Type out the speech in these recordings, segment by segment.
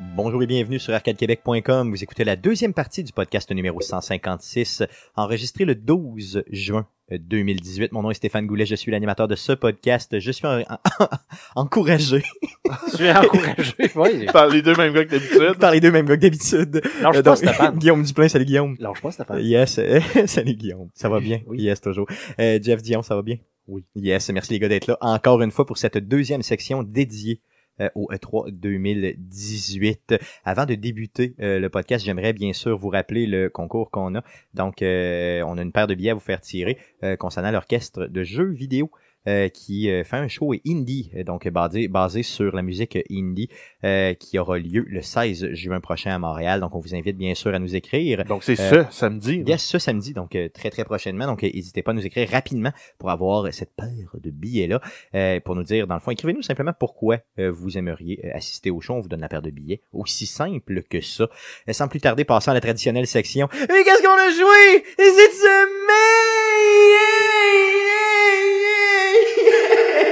Bonjour et bienvenue sur arcadequebec.com. Vous écoutez la deuxième partie du podcast numéro 156, enregistré le 12 juin 2018. Mon nom est Stéphane Goulet, je suis l'animateur de ce podcast. Je suis en- en- encouragé Je suis encouragé. Oui. par les deux mêmes gars que d'habitude. Euh, par les deux mêmes gars que d'habitude. Euh, Lâche pas, Donc, Stéphane. Guillaume Duplain, salut Guillaume. Lâche pas, Stéphane. Yes, euh, salut Guillaume. Ça va bien? Oui. Yes, toujours. Euh, Jeff Dion, ça va bien? Oui. Yes, merci les gars d'être là encore une fois pour cette deuxième section dédiée euh, au E3 2018. Avant de débuter euh, le podcast, j'aimerais bien sûr vous rappeler le concours qu'on a. Donc, euh, on a une paire de billets à vous faire tirer euh, concernant l'orchestre de jeux vidéo. euh, qui euh, fait un show indie, euh, donc basé, basé sur la musique indie, euh, qui aura lieu le 16 juin prochain à Montréal. Donc, on vous invite bien sûr à nous écrire Donc c'est Euh, ce samedi. hein. là. Yes, ce samedi, donc euh, très très prochainement. Donc euh, n'hésitez pas à nous écrire rapidement pour avoir euh, cette paire de billets-là, euh, pour nous dire, dans le fond, écrivez-nous simplement pourquoi euh, vous aimeriez euh, assister au show. On vous donne la paire de billets. Aussi simple que ça. Euh, sans plus tarder, passons à la traditionnelle section. Mais qu'est-ce qu'on a joué cette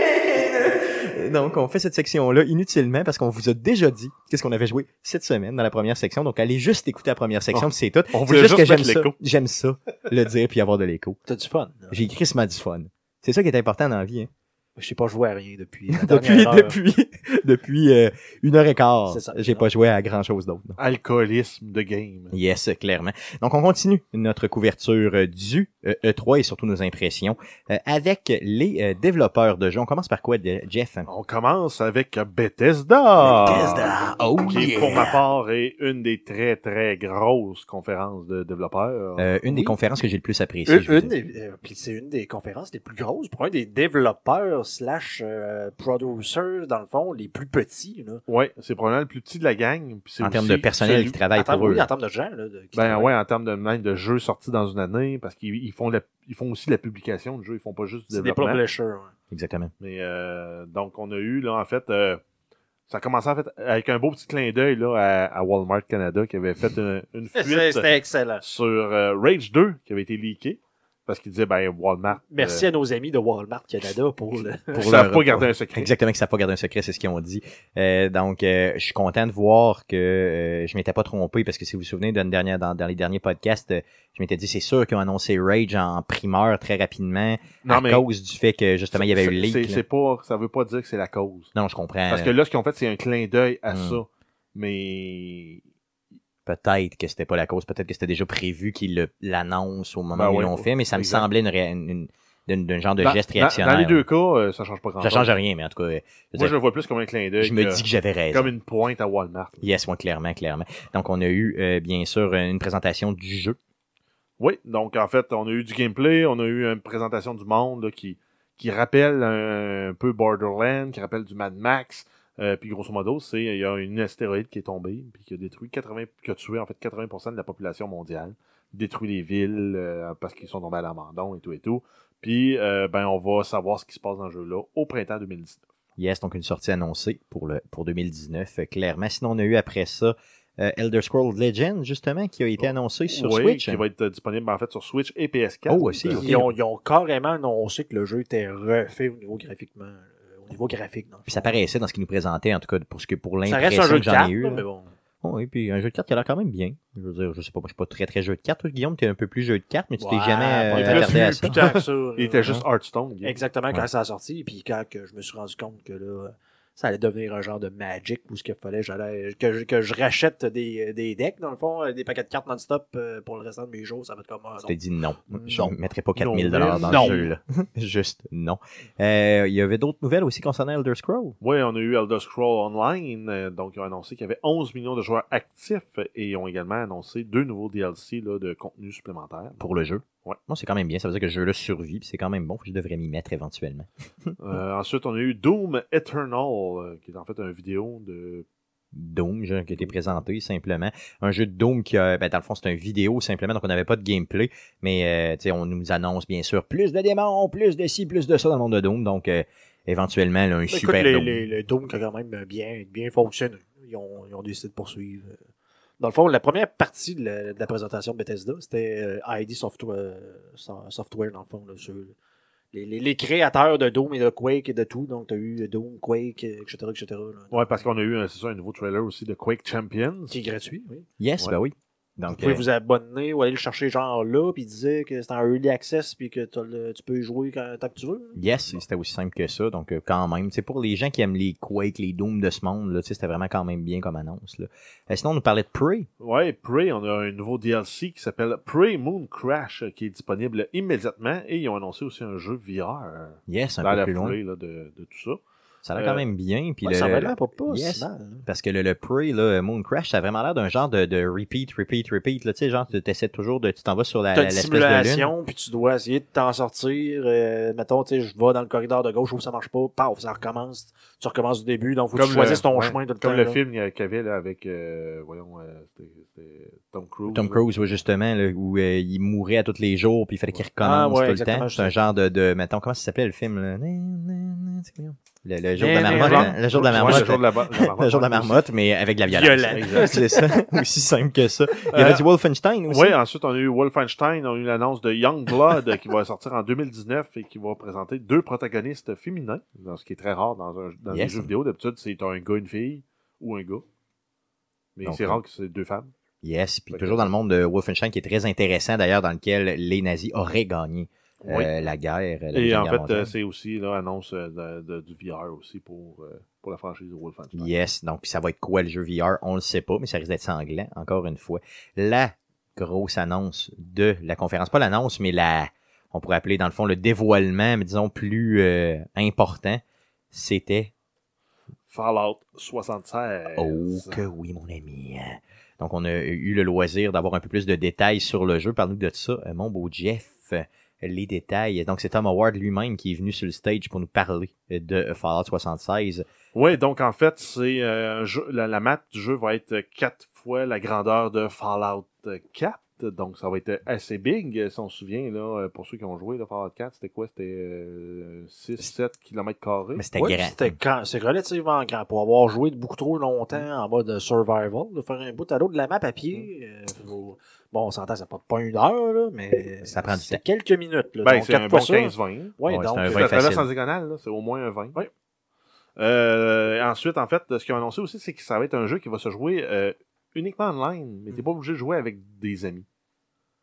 semaine? Donc, on fait cette section-là inutilement parce qu'on vous a déjà dit qu'est-ce qu'on avait joué cette semaine dans la première section. Donc, allez juste écouter la première section, c'est tout. On C'est voulait juste, que j'aime mettre ça. l'écho. J'aime ça, le dire puis avoir de l'écho. T'as du fun. là. J'ai crissement du fun. C'est ça qui est important dans la vie. Hein. Je sais pas jouer à rien depuis. la Depuis, dernière heure. depuis, depuis euh, une heure et quart, C'est ça. j'ai pas joué à grand chose d'autre. non. Alcoolisme de game. Yes, clairement. Donc, on continue notre couverture euh, du euh, E3 et surtout nos impressions euh, avec les euh, développeurs de jeux. On commence par quoi, de- Jeff? On commence avec Bethesda. Oh, Qui, pour ma part, est une des très, très grosses conférences de développeurs. Euh, une des Oui. conférences que j'ai le plus appréciée. Une, je veux une dire. des- euh, puis c'est une des conférences les plus grosses pour un des développeurs slash euh, producers, dans le fond, les plus petits. Là. Ouais, c'est probablement le plus petit de la gang. puis c'est En termes de aussi personnel qui celui- travaille en termes- Ben, pour eux. oui, en termes de gens. Là, de- qui Ben travaillent. ouais, en termes de même de jeux sortis dans une année, parce qu'ils ils font la- ils font aussi la publication de jeux, ils font pas juste du C'est des développement. publishers. hein. ouais. Exactement. Mais euh, donc on a eu là en fait euh, ça a commencé en fait avec un beau petit clin d'œil là à, à Walmart Canada qui avait fait une, une C'est- fuite C'était excellent. sur euh, Rage 2 qui avait été leaké parce qu'il disait ben Walmart Merci à nos amis de Walmart Canada pour le. pour leur savent pas repos. garder un secret. Exactement, que ça n'a pas gardé un secret, c'est ce qu'ils ont dit. Euh, donc, euh, je suis content de voir que euh, je m'étais pas trompé parce que si vous vous souvenez dans, le dernier- dans, dans les derniers podcasts, euh, je m'étais dit c'est sûr qu'ils ont annoncé Rage en primeur très rapidement à Non mais cause du fait que justement il y avait eu le c'est- leak. c'est là. pas ça veut pas dire que c'est la cause. Non, je comprends. Parce que là ce qu'ils ont fait c'est un clin d'œil à Hmm. ça. Mais Peut-être que c'était pas la cause, peut-être que c'était déjà prévu qu'ils le- l'annoncent au moment Ben où oui, ils l'ont fait, mais ça me exact. semblait une, réa- une- une- d'une- d'un genre de dans, geste dans- réactionnaire. dans les deux là. cas euh, ça change pas grand ça chose. change rien, mais en tout cas, euh, je veux Moi dire, je le vois plus comme un clin d'œil je me que- dis que j'avais raison. comme une pointe à Walmart. Yes, moi, clairement, clairement. Donc, on a eu, euh, bien sûr, une présentation du jeu. Oui, donc en fait, on a eu du gameplay, on a eu une présentation du monde là, qui, qui rappelle un, peu Borderlands, qui rappelle du Mad Max. Euh, puis grosso modo, c'est il y a une astéroïde qui est tombée, puis qui a détruit 80, qui a tué en fait 80% de la population mondiale, détruit les villes euh, parce qu'ils sont tombés à l'abandon et tout et tout. Puis euh, ben on va savoir ce qui se passe dans le jeu là au printemps 2019. Yes, donc une sortie annoncée pour, le, pour 2019, euh, clairement. Sinon, on a eu après ça euh, Elder Scrolls Legend, justement, qui a été annoncé sur Oui, Switch. hein? qui va être euh, disponible en fait sur Switch et PS4. Oh, aussi. Euh, ok. Ils ont, ils ont carrément annoncé que le jeu était refait au niveau graphiquement. euh, Au niveau graphique, non? Puis ça paraissait dans ce qu'il nous présentait, en tout cas, pour, ce que, pour Ça reste un l'impression jeu que de j'en cartes, ai eu. là, là. mais bon. Oh, oui, puis un jeu de cartes qui a l'air quand même bien. Je veux dire, je sais pas, moi, je suis pas très très jeu de cartes. Toi, Guillaume, t'es un peu plus jeu de cartes, mais tu t'es Ouais, jamais euh, pas il tant était attardé à plus- ça. plus tard que ça, là. Il Ah. était juste Hearthstone. Guy. Exactement quand Ouais. ça a sorti, puis quand que je me suis rendu compte que là, ça allait devenir un genre de Magic où ce qu'il fallait j'allais que, je- que je rachète des, des decks, dans le fond, euh, des paquets de cartes non-stop euh, pour le restant de mes jours, ça va être comme ah, Je t'ai dit non. Je Non. ne mettrai pas Non, 4000 dollars dans non. le jeu. Là. Juste non. Euh, Il y avait d'autres nouvelles aussi concernant Elder Scrolls. Oui, on a eu Elder Scrolls Online, euh, donc ils ont annoncé qu'il y avait 11 millions de joueurs actifs euh, et ils ont également annoncé deux nouveaux DLC là, de contenu supplémentaire. pour le jeu. Ouais. Moi, c'est quand même bien. Ça veut dire que le jeu-là survit, puis c'est quand même bon. puis Je devrais m'y mettre éventuellement. Euh, ensuite, on a eu Doom Eternal, euh, qui est en fait un vidéo de... Doom, jeu qui a été présenté simplement. Un jeu de Doom qui a, ben, dans le fond, c'est un vidéo simplement, donc on n'avait pas de gameplay. Mais, euh, tu sais, on nous annonce bien sûr plus de démons, plus de ci, plus de ça dans le monde de Doom. Donc, euh, éventuellement, là, un Écoute, super les- Doom. les- le Doom qui a quand même euh, bien, bien fonctionné. Ils ont, ils ont décidé de poursuivre. euh. Dans le fond, la première partie de la, euh, de la présentation de Bethesda, c'était euh, ID Software, so- Software, dans le fond, là, ceux les, les- les créateurs de Doom et de Quake et de tout. Donc, tu as eu Doom, Quake, etc. etc. là, Ouais, parce qu'on a eu, un- c'est ça, un nouveau trailer aussi de Quake Champions. qui est gratuit. Oui. Yes, Ouais. ben oui. Vous Donc, pouvez euh, vous abonner ou aller le chercher genre là, puis il disait que c'est en early access, puis que t'as le- tu peux y jouer quand, tant que tu veux. euh, Yes, c'était aussi simple que ça. Donc, euh, quand même, c'est pour les gens qui aiment les Quake, les Dooms de ce monde, là, tu sais, c'était vraiment quand même bien comme annonce. Là. Euh, sinon, on nous parlait de Prey. Ouais, Prey, on a un nouveau DLC qui s'appelle Prey Moon Crash euh, qui est disponible immédiatement et ils ont annoncé aussi un jeu VR euh, Yes, un dans peu la plus loin. foulée là, de, de tout ça. Ça a l'air quand Euh, même bien. Puis Ouais, le- ça va le- là pas pas si Yes. mal, hein. Parce que le, le Prey, là, Moon Crash, ça a vraiment l'air d'un genre de, de repeat, repeat, repeat. Là, tu sais, genre, tu essaies toujours de. Tu t'en vas sur la, T'as la- une l'espèce de lune. simulation, puis tu dois essayer de t'en sortir. Euh, mettons, tu sais, je vais dans le corridor de gauche, où ça marche pas, paf, ça recommence. Tu recommences du début, donc faut que tu Comme choisisses le- ton ouais, chemin tout le Comme temps. le là. film euh, qu'il y avait là, avec, euh, voyons, euh, c'était c'était Tom Cruise. Tom Cruise, ouais, justement, là, où euh, il mourait à tous les jours, puis il fallait qu'il recommence Ah, ouais, tout le exactement, temps. je C'est un sais. genre de, de. Mettons, comment ça s'appelait le film là? Le, le jour de Mais- la mais- marmotte. hein? Le jour de la Ouais, marmotte. le jour de la, ba- Le jour de la marmotte, mais avec de la violence. Violent. Exact. C'est ça. Aussi simple que ça. Il y avait Euh, du Wolfenstein aussi. Oui, ensuite on a eu Wolfenstein, on a eu l'annonce de Youngblood qui va sortir en 2019 et qui va présenter deux protagonistes féminins, dans ce qui est très rare dans un dans les Yes. jeux vidéo. D'habitude, c'est un gars, une fille ou un gars. Mais Donc, euh, c'est rare que c'est deux femmes. Yes. Puis Ok. toujours dans le monde de Wolfenstein, qui est très intéressant d'ailleurs, dans lequel les nazis auraient gagné euh, Oui. la guerre. La Et Deuxième en Guerre fait, mondiale. euh, c'est aussi l'annonce du VR aussi pour, euh, pour la franchise Wolfenstein. Yes, donc ça va être quoi le jeu VR, on le sait pas, mais ça risque d'être sanglant, encore une fois. La grosse annonce de la conférence, pas l'annonce, mais la, on pourrait appeler dans le fond le dévoilement, mais disons plus euh, important, c'était Fallout 76. Oh que oui, mon ami. hein. Donc on a eu le loisir d'avoir un peu plus de détails sur le jeu. Parle-nous de ça, euh, mon beau Jeff. euh, Les détails. Donc, c'est Tom Howard lui-même qui est venu sur le stage pour nous parler euh, de Fallout 76. Oui, donc en fait, c'est euh, un jeu- la, la map du jeu va être quatre fois la grandeur de Fallout 4. Donc ça va être assez big, si on se souvient, là, euh, pour ceux qui ont joué là, Fallout 4, c'était quoi? C'était euh, 6-7 km carrés. Mais c'était Ouais, grand. c'était quand- C'est relativement grand pour avoir joué de beaucoup trop longtemps en mode survival, de faire un bout à l'autre de la map à pied. euh, faut- bon, on s'entend, ça prend pas une heure, là, mais Ça prend du c'est temps. quelques minutes. Là, Ben, donc, c'est quatre un bon fois ça. 15-20. Ouais, Ouais, donc, c'est un euh, vingt Ça la traverse facile. en diagonale, là, c'est au moins un 20. Oui. Euh, ensuite, en fait, ce qu'ils ont annoncé aussi, c'est que ça va être un jeu qui va se jouer euh, uniquement online, mais t'es pas obligé de jouer avec des amis.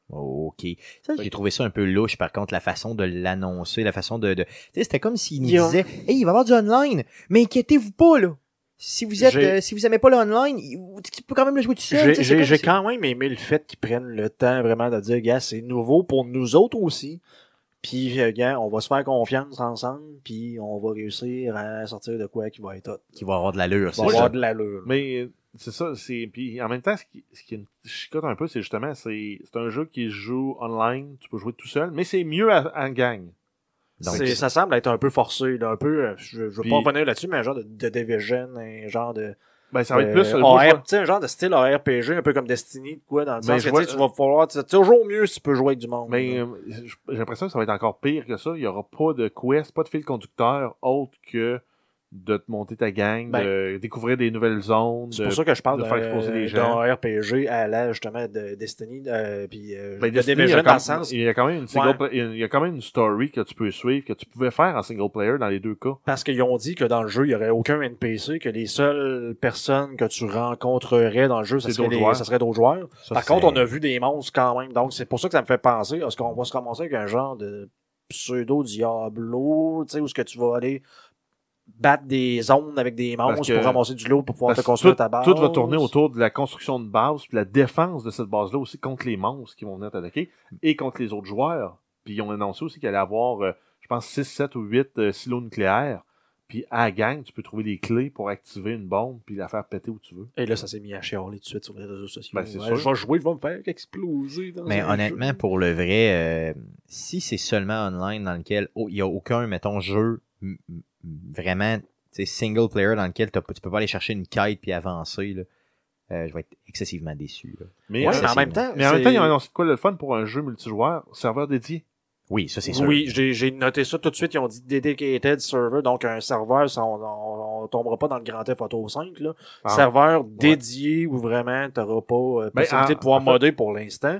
OK. Ça, j'ai trouvé ça un peu louche, par contre, la façon de l'annoncer, la façon de. de- Tu sais, c'était comme s'il nous Yo. disait Hey, il va y avoir du online, mais inquiétez-vous pas, là. Si vous êtes J'ai- euh, si vous aimez pas le online, il- tu peux quand même le jouer tout seul. J'ai- tu sais, c'est J'ai comme j'ai si- quand même aimé le fait qu'ils prennent le temps vraiment de dire, gars, c'est nouveau pour nous autres aussi. Puis, euh, gars, on va se faire confiance ensemble, puis on va réussir à sortir de quoi qui va être hot. Qu'il va avoir de l'allure, Qui va c'est avoir ça. de l'allure. Mais euh, c'est ça, c'est. Puis en même temps, ce qui, ce qui me chicote un peu, c'est justement, c'est c'est un jeu qui se joue online, tu peux jouer tout seul, mais c'est mieux à- en gang. Donc, C'est- ça semble être un peu forcé, là, un peu, euh, je, je veux Puis- pas revenir là-dessus, mais un genre de, de Division, un genre de... Ben, ça va être euh, plus. euh, moi, je OR, vois- tu sais, un genre de style RPG, un peu comme Destiny, quoi, dans le Mais sens je que tu vois- sais, tu vas falloir... C'est toujours mieux si tu peux jouer avec du monde. mais là. euh, j- j'ai l'impression que ça va être encore pire que ça. Il n'y aura pas de quest, pas de fil conducteur autre que de te monter ta gang, Ben, de découvrir des nouvelles zones. C'est de- pour ça que je parle de d'un faire exploser les gens. d'un RPG à la justement de Destiny euh, puis euh, Ben, de Destiny, il, y Division a dans quand, le sens il y a quand même une single Ouais. pla- il y a- il y a quand même une story que tu peux suivre, que tu pouvais faire en single player dans les deux cas. parce qu'ils ont dit que dans le jeu il y aurait aucun NPC que les seules personnes que tu rencontrerais dans le jeu ça C'est serait, d'autres les- joueurs. ça serait d'autres joueurs. ça, Par c'est- contre on a vu des monstres quand même donc c'est pour ça que ça me fait penser à ce qu'on va se commencer avec un genre de pseudo Diablo tu sais où ce que tu vas aller battre des zones avec des Parce monstres que- pour ramasser du lot pour pouvoir Parce te que construire tout, ta base. tout va tourner autour de la construction de base, puis la défense de cette base-là aussi contre les monstres qui vont venir t'attaquer et contre les autres joueurs. Puis ils ont annoncé aussi qu'il allait avoir, euh, je pense, 6, 7 ou 8 silos nucléaires. Puis à la gang, tu peux trouver des clés pour activer une bombe puis la faire péter où tu veux. Et là, ça s'est mis à chialer tout de suite sur les réseaux sociaux. Ben, c'est Ouais, sûr. Je vais jouer, je vais me faire exploser. Dans Mais un honnêtement, jeu. pour le vrai, euh, si c'est seulement online dans lequel oh, il n'y a aucun, mettons, jeu m- m- vraiment tu sais, single player dans lequel t'as pas- tu peux pas aller chercher une quête puis avancer, là, euh, je vais être excessivement déçu. là. Mais, Ouais, euh, mais en c'est même bon. temps, mais en même temps, c'est- ils ont annoncé de quoi le fun pour un jeu multijoueur, serveur dédié. Oui, ça c'est sûr. Oui, j'ai j'ai noté ça tout de suite. Ils ont dit dedicated server, donc un serveur, ça, on, on, on tombera pas dans le grand F Auto 5. Là. Ah, serveur dédié où vraiment t'auras pas euh, Ben, possibilité en- de pouvoir en fait- modder pour l'instant.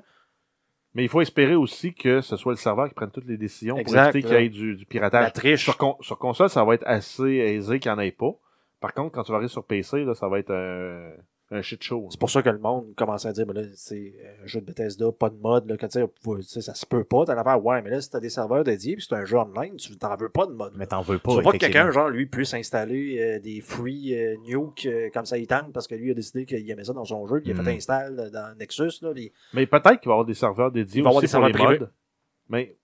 Mais il faut espérer aussi que ce soit le serveur qui prenne toutes les décisions Exact, pour éviter là. qu'il y ait du, du La piratage. triche. Sur, con- sur console, ça va être assez aisé qu'il n'y en ait pas. Par contre, quand tu vas arriver sur PC, là, ça va être un, un shit show. C'est pour ça que le monde commençait à dire, mais là, c'est un jeu de Bethesda, pas de mode, là, que, tu sais, vous- tu sais, ça se peut pas, t'as l'affaire, ouais, mais là, si t'as des serveurs dédiés, puis c'est un jeu online, tu t'en veux pas de mode. Mais t'en veux Tu pas. veux pas que effectivement. quelqu'un, genre, lui, puisse installer euh, des free euh, nuke euh, comme ça, il tente, parce que lui a décidé qu'il aimait ça dans son jeu, puis il a Mhm. fait install euh, dans Nexus, là, puis Mais peut-être qu'il va y avoir des serveurs dédiés Il va y avoir aussi des pour les serveurs modes. Mais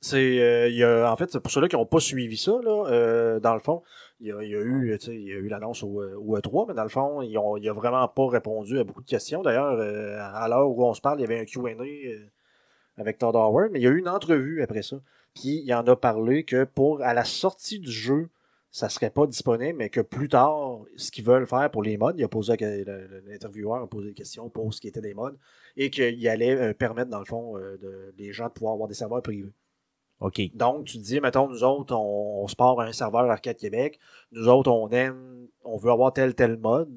C'est, euh, il y a, en fait, c'est pour ceux-là qui n'ont pas suivi ça, là, euh, dans le fond, il y a, il y a eu, tu sais, il y a eu l'annonce au, euh, au E3, mais dans le fond, ils ont, il a vraiment pas répondu à beaucoup de questions. D'ailleurs, euh, à l'heure où on se parle, il y avait un Q&A euh, avec Todd Howard, mais il y a eu une entrevue après ça, qui il en a parlé que pour, à la sortie du jeu, ça serait pas disponible, mais que plus tard, ce qu'ils veulent faire pour les modes, il a posé, la- la- l'intervieweur a posé des questions pour ce qui était des modes, et qu'il allait euh, permettre, dans le fond, euh, de, les gens de pouvoir avoir des serveurs privés. OK. Donc, tu te dis, mettons, nous autres, on, on se part à un serveur Arcade Québec. Nous autres, on aime, on veut avoir tel, tel mode.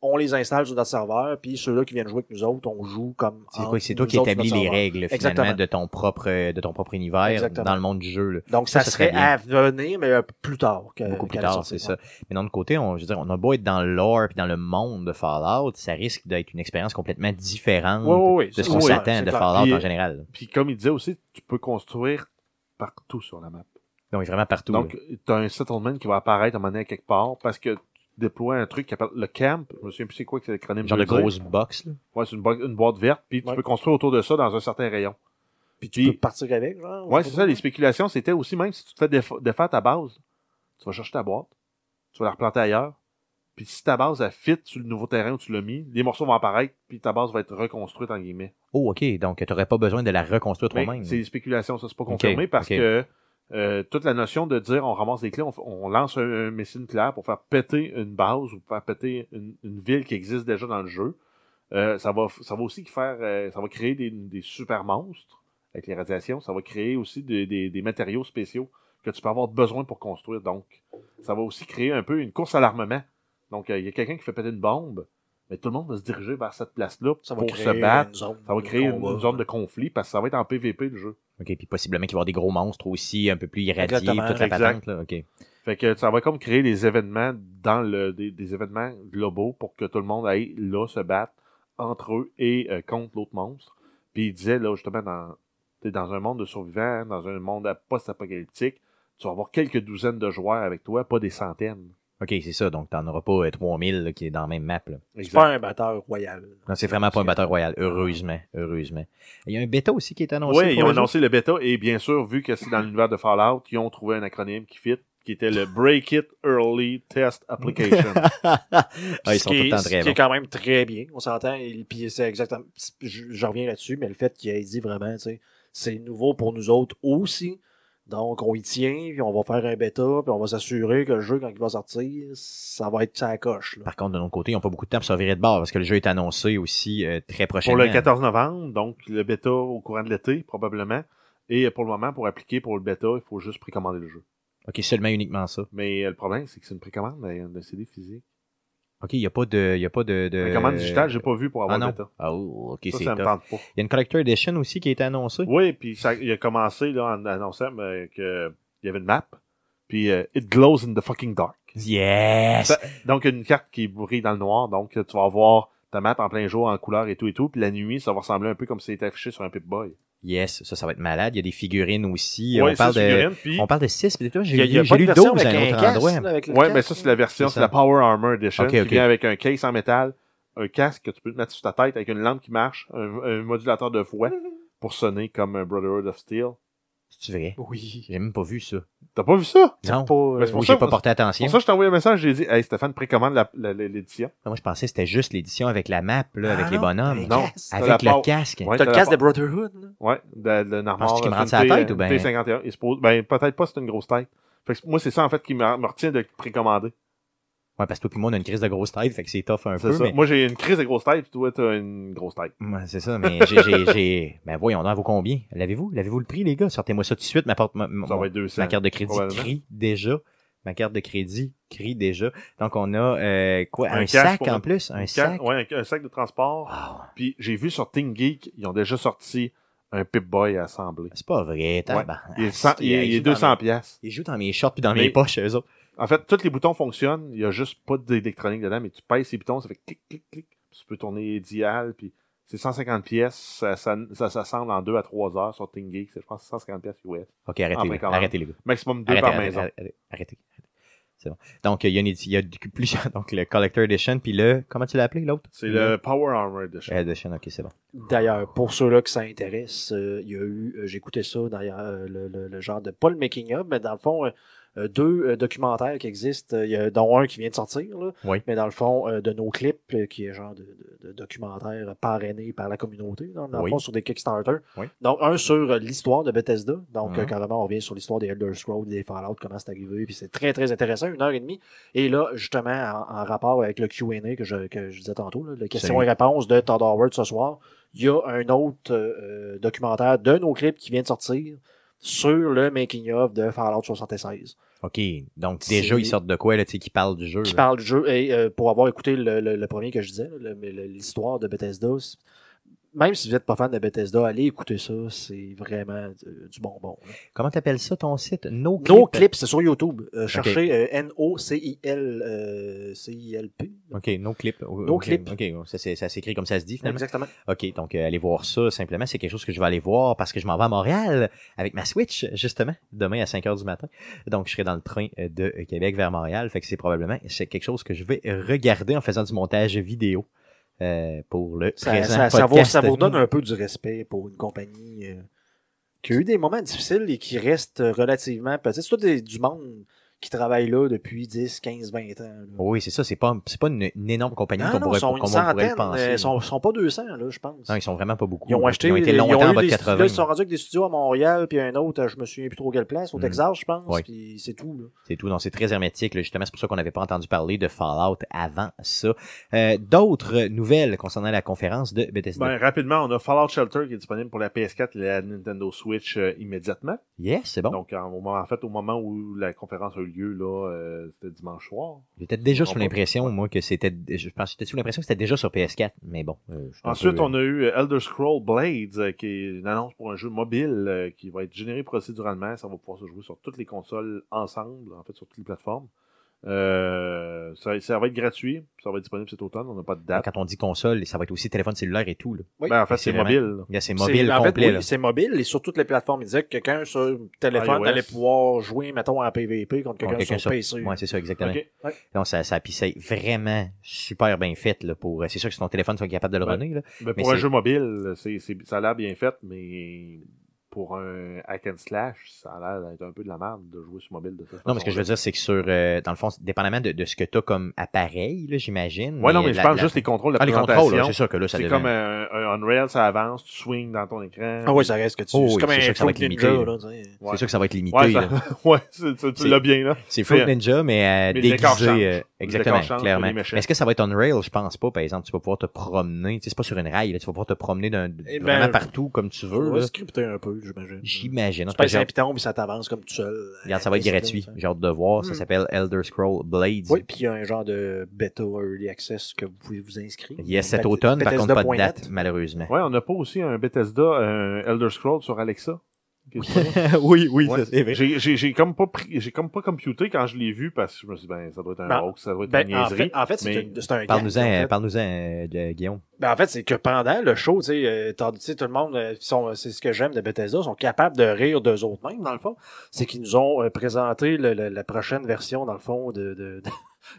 On les installe sur notre serveur, puis ceux-là qui viennent jouer avec nous autres, on joue comme. C'est entre quoi? C'est toi Ah, nous qui autres, établis notre les serveur. règles, finalement, Exactement. de ton propre, de ton propre univers Exactement. dans le monde du jeu. là. Donc, Ça, ça, ça serait serait à venir, mais euh, plus tard. que- Beaucoup plus qu'à la tard, c'est sortie. ça. Mais d'un autre côté, on, je veux dire, on a beau être dans le lore puis dans le monde de Fallout, ça risque d'être une expérience complètement différente Ouais, ouais, ouais, de ce c'est qu'on clair, s'attend c'est de clair. Fallout Puis- en général. puis comme il disait aussi, tu peux construire partout sur la map. Donc, vraiment partout. là. Donc, tu as un settlement qui va apparaître à un moment donné à quelque part parce que tu déploies un truc qui appelle le camp. Je me souviens plus c'est quoi que c'est l'acronyme. genre de je veux dire. grosses box. là. Ouais, c'est une, bo- une boîte verte, puis tu Ouais. peux construire autour de ça dans un certain rayon. Puis tu Puis- peux partir avec, genre. ou Ouais, pas c'est ça, les spéculations, c'était aussi même si tu te fais défa- défaire ta base, tu vas chercher ta boîte, tu vas la replanter ailleurs, puis si ta base elle fit sur le nouveau terrain où tu l'as mis, les morceaux vont apparaître, puis ta base va être reconstruite en guillemets. Oh, OK. Donc, tu n'aurais pas besoin de la reconstruire Ben, Mais toi-même. C'est des spéculations, ça c'est pas confirmé Ok, parce ok. que euh, toute la notion de dire on ramasse des clés, on, f- on lance un, un missile nucléaire pour faire péter une base ou pour faire péter une, une ville qui existe déjà dans le jeu, euh, ça va f- ça va aussi faire euh, ça va créer des, des super monstres avec les radiations, ça va créer aussi des, des- des matériaux spéciaux que tu peux avoir besoin pour construire. Donc ça va aussi créer un peu une course à l'armement. Donc euh, il y a quelqu'un qui fait péter une bombe, mais tout le monde va se diriger vers cette place-là Ça va pour créer se battre. une zone Ça va de créer une, combat. une zone de conflit parce que ça va être en PVP le jeu. OK. Puis possiblement qu'il va y avoir des gros monstres aussi, un peu plus irradiés, Exactement, toute la exact. patente. Là. OK. Fait que ça va comme créer des événements dans le des, des événements globaux pour que tout le monde aille là se battre entre eux et euh, contre l'autre monstre. Puis il disait là justement dans t'es dans un monde de survivants, dans un monde à- post-apocalyptique, tu vas avoir quelques douzaines de joueurs avec toi, pas des centaines. OK, c'est ça. Donc, tu n'en auras pas euh, 3000 là, qui est dans la même map. Là. C'est pas un batteur royal. Non, c'est vraiment pas un batteur royal. Heureusement. Heureusement. Il y a un bêta aussi qui est annoncé. Oui, pour ils ont le jeu. annoncé le bêta et bien sûr, vu que c'est dans l'univers de Fallout, ils ont trouvé un acronyme qui fit, qui était le Break It Early Test Application. Ah, ils Ce sont qui tout le est- temps ce très qui est bons. quand même très bien, on s'entend. et Puis c'est exactement. Je, je reviens là-dessus, mais le fait qu'il ait dit vraiment, tu sais, c'est nouveau pour nous autres aussi. Donc on y tient, puis on va faire un bêta, puis on va s'assurer que le jeu, quand il va sortir, ça va être ça coche. là. Par contre, de notre côté, ils n'ont pas beaucoup de temps pour se virer de bord parce que le jeu est annoncé aussi euh, très pour prochainement. le 14 novembre, donc le bêta au courant de l'été, probablement. Et euh, pour le moment, pour appliquer pour le bêta, il faut juste précommander le jeu. OK, seulement uniquement ça. Mais euh, le problème, c'est que c'est une précommande d'un d'un CD physique. OK, il n'y a pas de. Il y a pas de, de... Précommande digitale, j'ai pas vu pour Euh, Ah avoir non. le bêta. Ah, oh, OK, Ça, c'est ça top. me tente pas. Il y a une Collector Edition aussi qui a été annoncée. Oui, puis ça, il a commencé là, en annonçant qu'il y avait une map, puis euh, It glows in the fucking dark. Yes! Ça- Donc, une carte qui brille dans le noir, donc tu vas voir ta map en plein jour, en couleur et tout et tout, puis la nuit, ça va ressembler un peu comme si c'était affiché sur un Pip-Boy. Yes, ça, ça va être malade. Il y a des figurines aussi. Ouais, on, ça, parle c'est de, figurine, puis- on parle de 6, mais toi, j'ai Il y a- il y a j'ai pas de lu 12 version à avec un un autre casque, endroit. là, avec le Ouais, casque. mais ça, c'est la version, C'est ça. c'est la Power Armor Edition Ok, ok. qui vient avec un case en métal, un casque que tu peux te mettre sur ta tête avec une lampe qui marche, un, un modulateur de voix pour sonner comme un Brotherhood of Steel. C'est vrai. Oui. J'ai même pas vu ça. T'as pas vu ça? Non. Pas, euh, Mais c'est Ou pour j'ai ça- pas porté C'est attention. pour ça que je t'ai envoyé un message, j'ai dit, hey Stéphane, précommande la- la- la- l'édition. Moi, je pensais que c'était juste l'édition avec la map, là, avec Ah les non, bonhommes. t'as Non. casque. t'as Avec la le part- casque. Ouais, T'as le la casque de part- Brotherhood, là? Ouais, de, de Narmor. Penses-tu qu'il me rend c'est sa une tête T- ou ben- T51. Il se pose- ben, peut-être pas, c'est une grosse tête. Fait que moi, c'est ça, en fait, qui me, me retient de précommander. Ouais, parce que toi, puis moi, on a une crise de grosse tête, fait que c'est tough un C'est peu. ça. mais- Moi, j'ai une crise de grosse tête, puis toi, t'as une grosse tête. Ouais, c'est ça, mais j'ai, j'ai, j'ai- Ben voyons, on en vaut combien? L'avez-vous? L'avez-vous le prix, les gars? Sortez-moi ça tout de suite, ma, porte, ma, ma- Ça va être 200. ma carte de crédit probablement. crie déjà. Ma carte de crédit crie déjà. Donc on a euh, quoi? Un, Un casque sac pour en notre- plus? Un Une carte- sac? ouais, un- un sac de transport. Wow. Puis j'ai vu sur Team Geek, ils ont déjà sorti un Pip-Boy assemblé. C'est pas vrai, tabarnak. Il est, cent- il est- il est joue dans 200 mes- pièces. Il joue dans mes shorts puis dans mes Mais- poches, eux autres. En fait, tous les boutons fonctionnent. Il n'y a juste pas d'électronique dedans, mais tu pèses ces boutons, ça fait clic, clic, clic. Puis tu peux tourner dial, puis c'est 150 pièces. Ça, ça- ça s'assemble en 2 à 3 heures sur Tingeek. C'est, Je pense que c'est 150 pièces US. Ok, arrêtez, Ah, ben, là. quand même. arrêtez les gars. Maximum 2 Arrêtez, par arrêtez, maison. arrêtez, arrêtez, arrêtez. C'est bon. Donc, il y a, une, édi- il y a du- plusieurs, donc le Collector Edition, puis le, comment tu l'as appelé l'autre? C'est le Power Armor Edition. Edition, ok, c'est bon. D'ailleurs, pour ceux-là qui s'intéressent, euh, il y a eu, euh, j'écoutais ça dans euh, le, le- le genre de pas le making of, mais dans le fond, euh, euh, deux euh, documentaires qui existent, euh, il y a, dont un qui vient de sortir, là, Oui. mais dans le fond, euh, de nos clips, euh, qui est genre de, de- de documentaire parrainé par la communauté, dans, dans Oui. le fond, sur des Kickstarter. Oui. Donc, un sur euh, l'histoire de Bethesda, donc Mhm. euh, carrément, on revient sur l'histoire des Elder Scrolls, des Fallout, comment c'est arrivé, puis c'est très, très intéressant, une heure et demie. Et là, justement, en, en rapport avec le Q&A que je, que je disais tantôt, là, le question Salut. et réponse de Todd Howard ce soir, il y a un autre euh, euh, documentaire de nos clips qui vient de sortir sur le making of de Fallout 76 Ok, donc déjà, C'est- ils sortent de quoi, là, tu sais, qui parle du jeu? qui là? parle du jeu et euh, pour avoir écouté le, le- le premier que je disais le- le- l'histoire de Bethesda c'est- même si vous n'êtes pas fan de Bethesda allez écouter ça c'est vraiment euh, du bonbon là. Comment t'appelles ça, ton site? No Clip? nos clips c'est sur YouTube Euh, cherchez euh, N O C I L euh, C I L P Ok, No Clip. No Ok, Clip. Ok, ça, c'est- ça s'écrit comme ça se dit, finalement. exactement OK, donc euh, allez voir ça simplement. C'est quelque chose que je vais aller voir parce que je m'en vais à Montréal avec ma Switch, justement, demain à 5 heures du matin. Donc, je serai dans le train euh, de euh, Québec vers Montréal. Fait que c'est probablement c'est quelque chose que je vais regarder en faisant du montage vidéo euh, pour le ça, présent ça, ça vous, podcast. ça vous donne un peu du respect pour une compagnie euh, qui a eu des moments difficiles et qui reste relativement petite. C'est tout des- du monde qui travaille là depuis 10, 15, 20 ans. là. Oui, c'est ça. C'est pas, c'est pas une, une énorme compagnie Non, qu'on non, pourrait, ils sont une comme on pourrait centaine. le penser. euh, Ils sont, sont pas 200, là, je pense. Non, ils sont vraiment pas beaucoup. Ils ont acheté, Ils ont été ils ont longtemps en eu bas de des studios, là, 80. ils sont rendus avec des studios à Montréal, puis un autre, euh, je me souviens plus trop quelle place, au Mm. Texas, je pense, Oui. puis c'est tout. là. C'est tout. Non, c'est très hermétique. là. Justement, c'est pour ça qu'on n'avait pas entendu parler de Fallout avant ça. Euh, D'autres nouvelles concernant la conférence de Bethesda. Ben, rapidement, on a Fallout Shelter qui est disponible pour la PS4 et la Nintendo Switch euh, immédiatement. yes, c'est bon. Donc, en, au moment- en fait, au moment où la conférence a eu lieu, là, euh, c'était dimanche soir. J'étais déjà On sous peut- l'impression, moi, que c'était. Je pense que j'étais sous l'impression que c'était déjà sur PS4, mais bon. euh, je suis un Ensuite, peu- on a eu euh, Elder Scroll Blades, euh, qui est une annonce pour un jeu mobile euh, qui va être généré procéduralement. Ça va pouvoir se jouer sur toutes les consoles ensemble, en fait, sur toutes les plateformes. Euh, ça, ça va être gratuit, ça va être disponible cet automne, on n'a pas de date. euh, Quand on dit console, ça va être aussi téléphone cellulaire et tout. Là, Oui. Ben, en fait, Ah, C'est c'est vraiment- mobile. Là, c'est C'est- mobile en fait, complet. oui, là. c'est mobile, et sur toutes les plateformes, ils disaient que quelqu'un sur téléphone iOS. allait pouvoir jouer, mettons, en PVP contre quelqu'un Bon, quelqu'un sur, PC. Ouais, c'est ça, exactement. Ok. Donc, ça, ça puis c'est vraiment super bien fait là, pour. euh, C'est sûr que si ton téléphone soit capable de le Ouais. runner. Là. Ben, Mais pour un c'est- jeu mobile, c'est, c'est- ça a l'air bien fait, mais pour un hack and slash, ça a l'air d'être un peu de la merde de jouer sur mobile de cette Non, mais ce que je veux dire, c'est que sur. euh, dans le fond, c'est- dépendamment de, de ce que tu as comme appareil, là, j'imagine. Ouais, non, mais je la- parle la- juste les contrôles de Ah, les présentation. contrôles, là, c'est sûr que là, ça c'est devient. comme euh, un, un Unreal, ça avance, tu swings dans ton écran. Ah oui, ça reste que tu. Oh, c'est oui, comme c'est un sûr que ça va Fruit être limité, Ninja, là. là, tu sais. C'est Ouais, sûr que ça va être limité. Ouais, là. ça- ouais, c'est- tu, tu C'est- l'as bien, là. C'est Fruit Mais- Ninja, mais euh, mais le décor déguisé. change. euh, Le exactement, décor change, clairement. les méchants. Mais Est-ce que ça va être on rail? Je pense pas, par exemple. Tu vas pouvoir te promener. Tu sais, c'est pas sur une rail. là, Tu vas pouvoir te promener d'un, Eh ben, vraiment partout comme tu veux. Ouais, là. scripter un peu, j'imagine. J'imagine. En Tu tout cas, pèses j'ai un hâte- piton, puis ça t'avance comme tout seul. Regarde, ça va être gratuit. J'ai hâte de voir. Ça Hmm. s'appelle Elder Scroll Blades. Oui, puis il y a un genre de beta early access que vous pouvez vous inscrire. Il y a cet automne, par contre, pas de date, malheureusement. Ouais, on n'a pas aussi un Bethesda, un Elder Scroll sur Alexa. qui est disponible? oui, oui, Ouais. ça, c'est vrai. J'ai- J'ai j'ai comme pas pris, j'ai comme pas computé quand je l'ai vu parce que je me suis dit, ben, ça doit être un Ben, hoax, ça doit être Ben, une en niaiserie. fait, en fait, c'est mais- un- c'est un Parle-nous-en, gag, en euh, fait. parle-nous-en, euh, de- Guillaume. Ben, en fait, c'est que pendant le show, tu sais, euh, t'as- tu sais, tout le monde, euh, ils sont- c'est ce que j'aime de Bethesda, sont capables de rire d'eux autres mêmes, dans le fond. C'est qu'ils nous ont euh, présenté le- le- la prochaine version, dans le fond, de, de, de-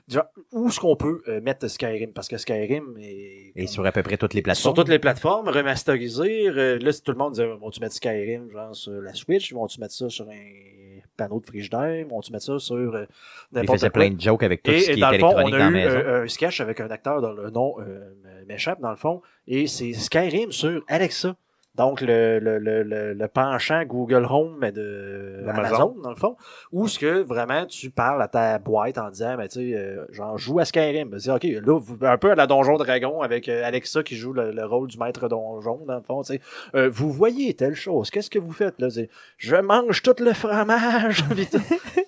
du genre, où est-ce qu'on peut euh, mettre Skyrim, parce que Skyrim est... Et sur à peu près toutes les plateformes. Sur toutes les plateformes, remasterisées. euh, là, si tout le monde disait, vont-tu mettre Skyrim, genre, sur la Switch? Vont-tu mettre ça sur un panneau de frigidaire? Vont-tu mettre ça sur euh, Il n'importe faisait quoi? plein de jokes avec tout Et, ce et qui dans est le fond, on électronique a dans la eu maison. euh, un sketch avec un acteur dont le nom euh, m'échappe, dans le fond, et c'est Skyrim sur Alexa. Donc, le, le, le, le, le penchant Google Home mais de D'Amazon. Amazon, dans le fond, où ce que vraiment tu parles à ta boîte en disant, ben, tu sais, euh, genre, joue à Skyrim. Ben, c'est OK, là, vous- un peu à la Donjon Dragon avec euh, Alexa qui joue le, le rôle du maître donjon, dans le fond, tu sais. Euh, vous voyez telle chose, qu'est-ce que vous faites? Là, C'est, je mange tout le fromage. Puis tout.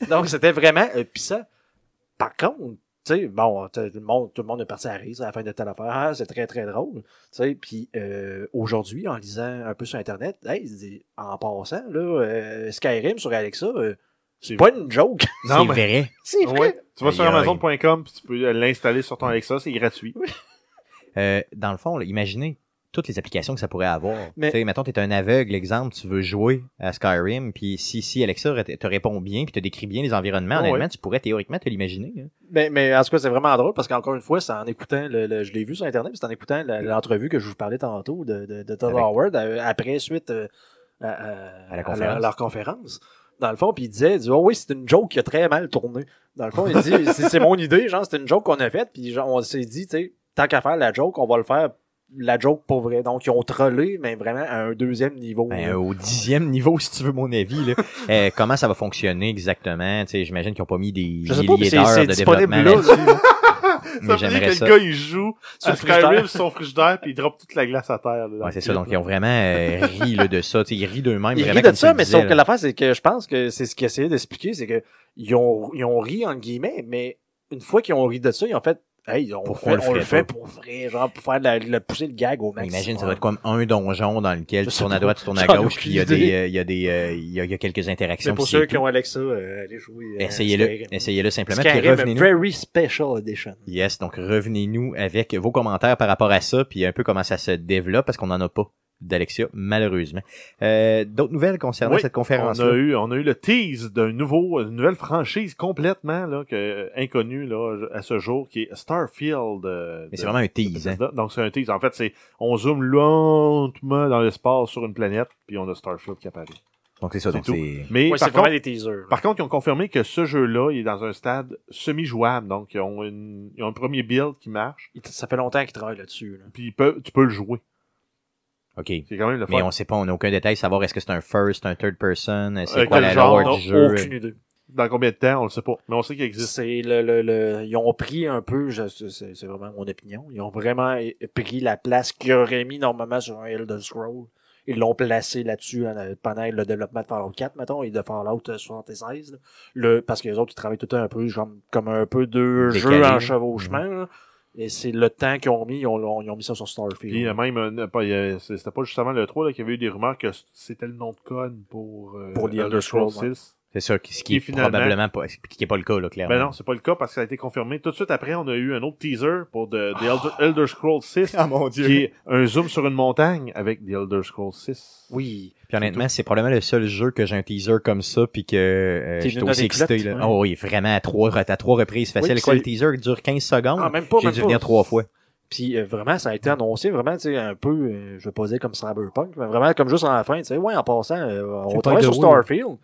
Donc, c'était vraiment euh, pissant. Par contre, tu sais, bon, t'as- tout le, monde, tout le monde est parti à rire à la fin de telle affaire. Ah, c'est très, très drôle. Tu sais, puis euh, aujourd'hui, en lisant un peu sur Internet, hey, il dit, en passant, là, euh, Skyrim sur Alexa, euh, c'est C'est- pas une joke. C'est Non, mais- vrai. C'est vrai. Ouais. Tu vas sur Aïe, aïe. Amazon.com puis tu peux euh, l'installer sur ton Alexa, c'est gratuit. Euh, dans le fond, là, imaginez toutes les applications que ça pourrait avoir. Mais- Tu sais, mettons, t'es un aveugle, exemple, tu veux jouer à Skyrim, puis si, si Alexa re- te répond bien, puis te décrit bien les environnements, Ouais. honnêtement, tu pourrais théoriquement te l'imaginer. hein. Mais, Ben, mais en tout cas, c'est vraiment drôle parce qu'encore une fois, c'est en écoutant, le, le- je l'ai vu sur Internet, puis c'est en écoutant la- l'entrevue que je vous parlais tantôt de, de, de Todd Avec- Howard euh, après, suite euh, à, à- la à leur- conférence. Leur, conférence. Dans le fond, puis il disait, il dit, oh oui, c'est une joke qui a très mal tourné. Dans le fond, il dit, c'est c'est mon idée, genre, c'est une joke qu'on a faite, puis genre, on s'est dit, tu sais, tant qu'à faire la joke, on va le faire la joke pour vrai. Donc, ils ont trollé, mais vraiment à un deuxième niveau. Ben, là. euh, au dixième niveau, si tu veux mon avis, là. Euh, comment ça va fonctionner exactement? Tu sais, J'imagine qu'ils n'ont pas mis des je sais pas, mais milliers c'est- d'heures c'est de disponible développement. là. là-dessus, Ça mais veut dire j'aimerais que ça. le gars, il joue Sur sur le frigidaire. Skyrim sur son frigidaire puis il drop toute la glace à terre. là, dans Ouais, le c'est ça, clip, donc là. ils ont vraiment euh, ri là, de ça. Tu sais, Ils rient d'eux-mêmes. Ils vraiment, rient de comme tu ça, le mais disais, sauf que là. l'affaire, c'est que je pense que c'est ce qu'ils essayaient d'expliquer, c'est que ils ont, ils ont ri, entre guillemets, mais une fois qu'ils ont ri de ça, ils ont fait, hey, on, Pourquoi fait- on le on le ferait fait pour vrai, genre, pour faire la, le- pousser le gag au Mais maximum. Imagine, ça doit être comme un donjon dans lequel Je tu sais tournes à pas. droite, tu tournes à J'en ai gauche, puis il y a aucune des, idée. euh, il y a des, euh, il y a- il y a quelques interactions. C'est pour puis c'est ceux qui tout. ont Alexa, euh, allez jouer. euh, Essayez-le, Skyrim. essayez-le simplement, puis Skyrim, revenez-nous. Very Special Edition. Yes, donc revenez-nous avec vos commentaires par rapport à ça, puis un peu comment ça se développe, parce qu'on n'en a pas d'Alexia, malheureusement. Euh, D'autres nouvelles concernant Oui, cette On conférence a, eu, on a eu le tease d'un nouveau, une nouvelle franchise complètement là, que, euh, inconnue là, à ce jour, qui est Starfield. euh, Mais c'est de- vraiment un tease. hein. Bethesda. Donc c'est un tease. En fait, c'est on zoome lentement dans l'espace sur une planète, puis on a Starfield qui apparaît. Donc c'est ça, C'est donc tout. c'est... Mais Ouais, par, c'est contre, vraiment des teasers. par contre, ils ont confirmé que ce jeu-là il est dans un stade semi-jouable. Donc ils ont, une- ils ont un premier build qui marche, Il- Ça fait longtemps qu'ils travaillent là-dessus. là. puis ils peuvent- tu peux le jouer. OK. C'est quand même le Mais fun. on sait pas, on n'a aucun détail, savoir est-ce que c'est un first, un third person, c'est Euh, quoi quel la genre, lore non, du jeu. Aucune idée. Dans combien de temps, on le sait pas. Mais on sait qu'il existe. C'est le, le, le- ils ont pris un peu, je- c'est c'est vraiment mon opinion, ils ont vraiment eh, pris la place qu'ils auraient mis normalement sur un Elder Scroll. Ils l'ont placé là-dessus euh, pendant le développement de Fallout 4, mettons, et de Fallout 76. là. Le, parce que les autres, ils travaillent tout le temps un peu genre, comme un peu deux Décalé, jeux là. en chevauchement. là. Et c'est le temps qu'ils ont mis, ils ont, ils ont mis ça sur Starfield. Puis euh, même, euh, ne- pas- il y a- c'est- c'était pas justement le 3 là, qu'il y avait eu des rumeurs que c- c'était le nom de code pour, euh, Pour The Elder Scrolls, 6. C'est ça, ce qui Et est finalement- probablement pas, ce qui est pas le cas, là, clairement. Ben non, c'est pas le cas parce que ça a été confirmé. Tout de suite après, on a eu un autre teaser pour The, The Elder, Elder Scrolls 6 Ah mon qui est un zoom sur une montagne avec The Elder Scrolls 6. Oui. Puis honnêtement, c'est probablement le seul jeu que j'ai un teaser comme ça, puis que euh, T'es j'étais venu aussi dans des excité. culottes, là. ouais. Oh oui, vraiment, à trois, à trois reprises facile. Oui, Quoi, c'est- le teaser dure 15 secondes? Ah, même pas, J'ai même dû pas. venir trois fois. Puis euh, vraiment, ça a été annoncé vraiment, tu sais, un peu, euh, je veux pas dire comme Cyberpunk, mais vraiment comme juste en la fin, tu sais, ouais, en passant, euh, C'est on pas travaille de sur roue, là. Starfield.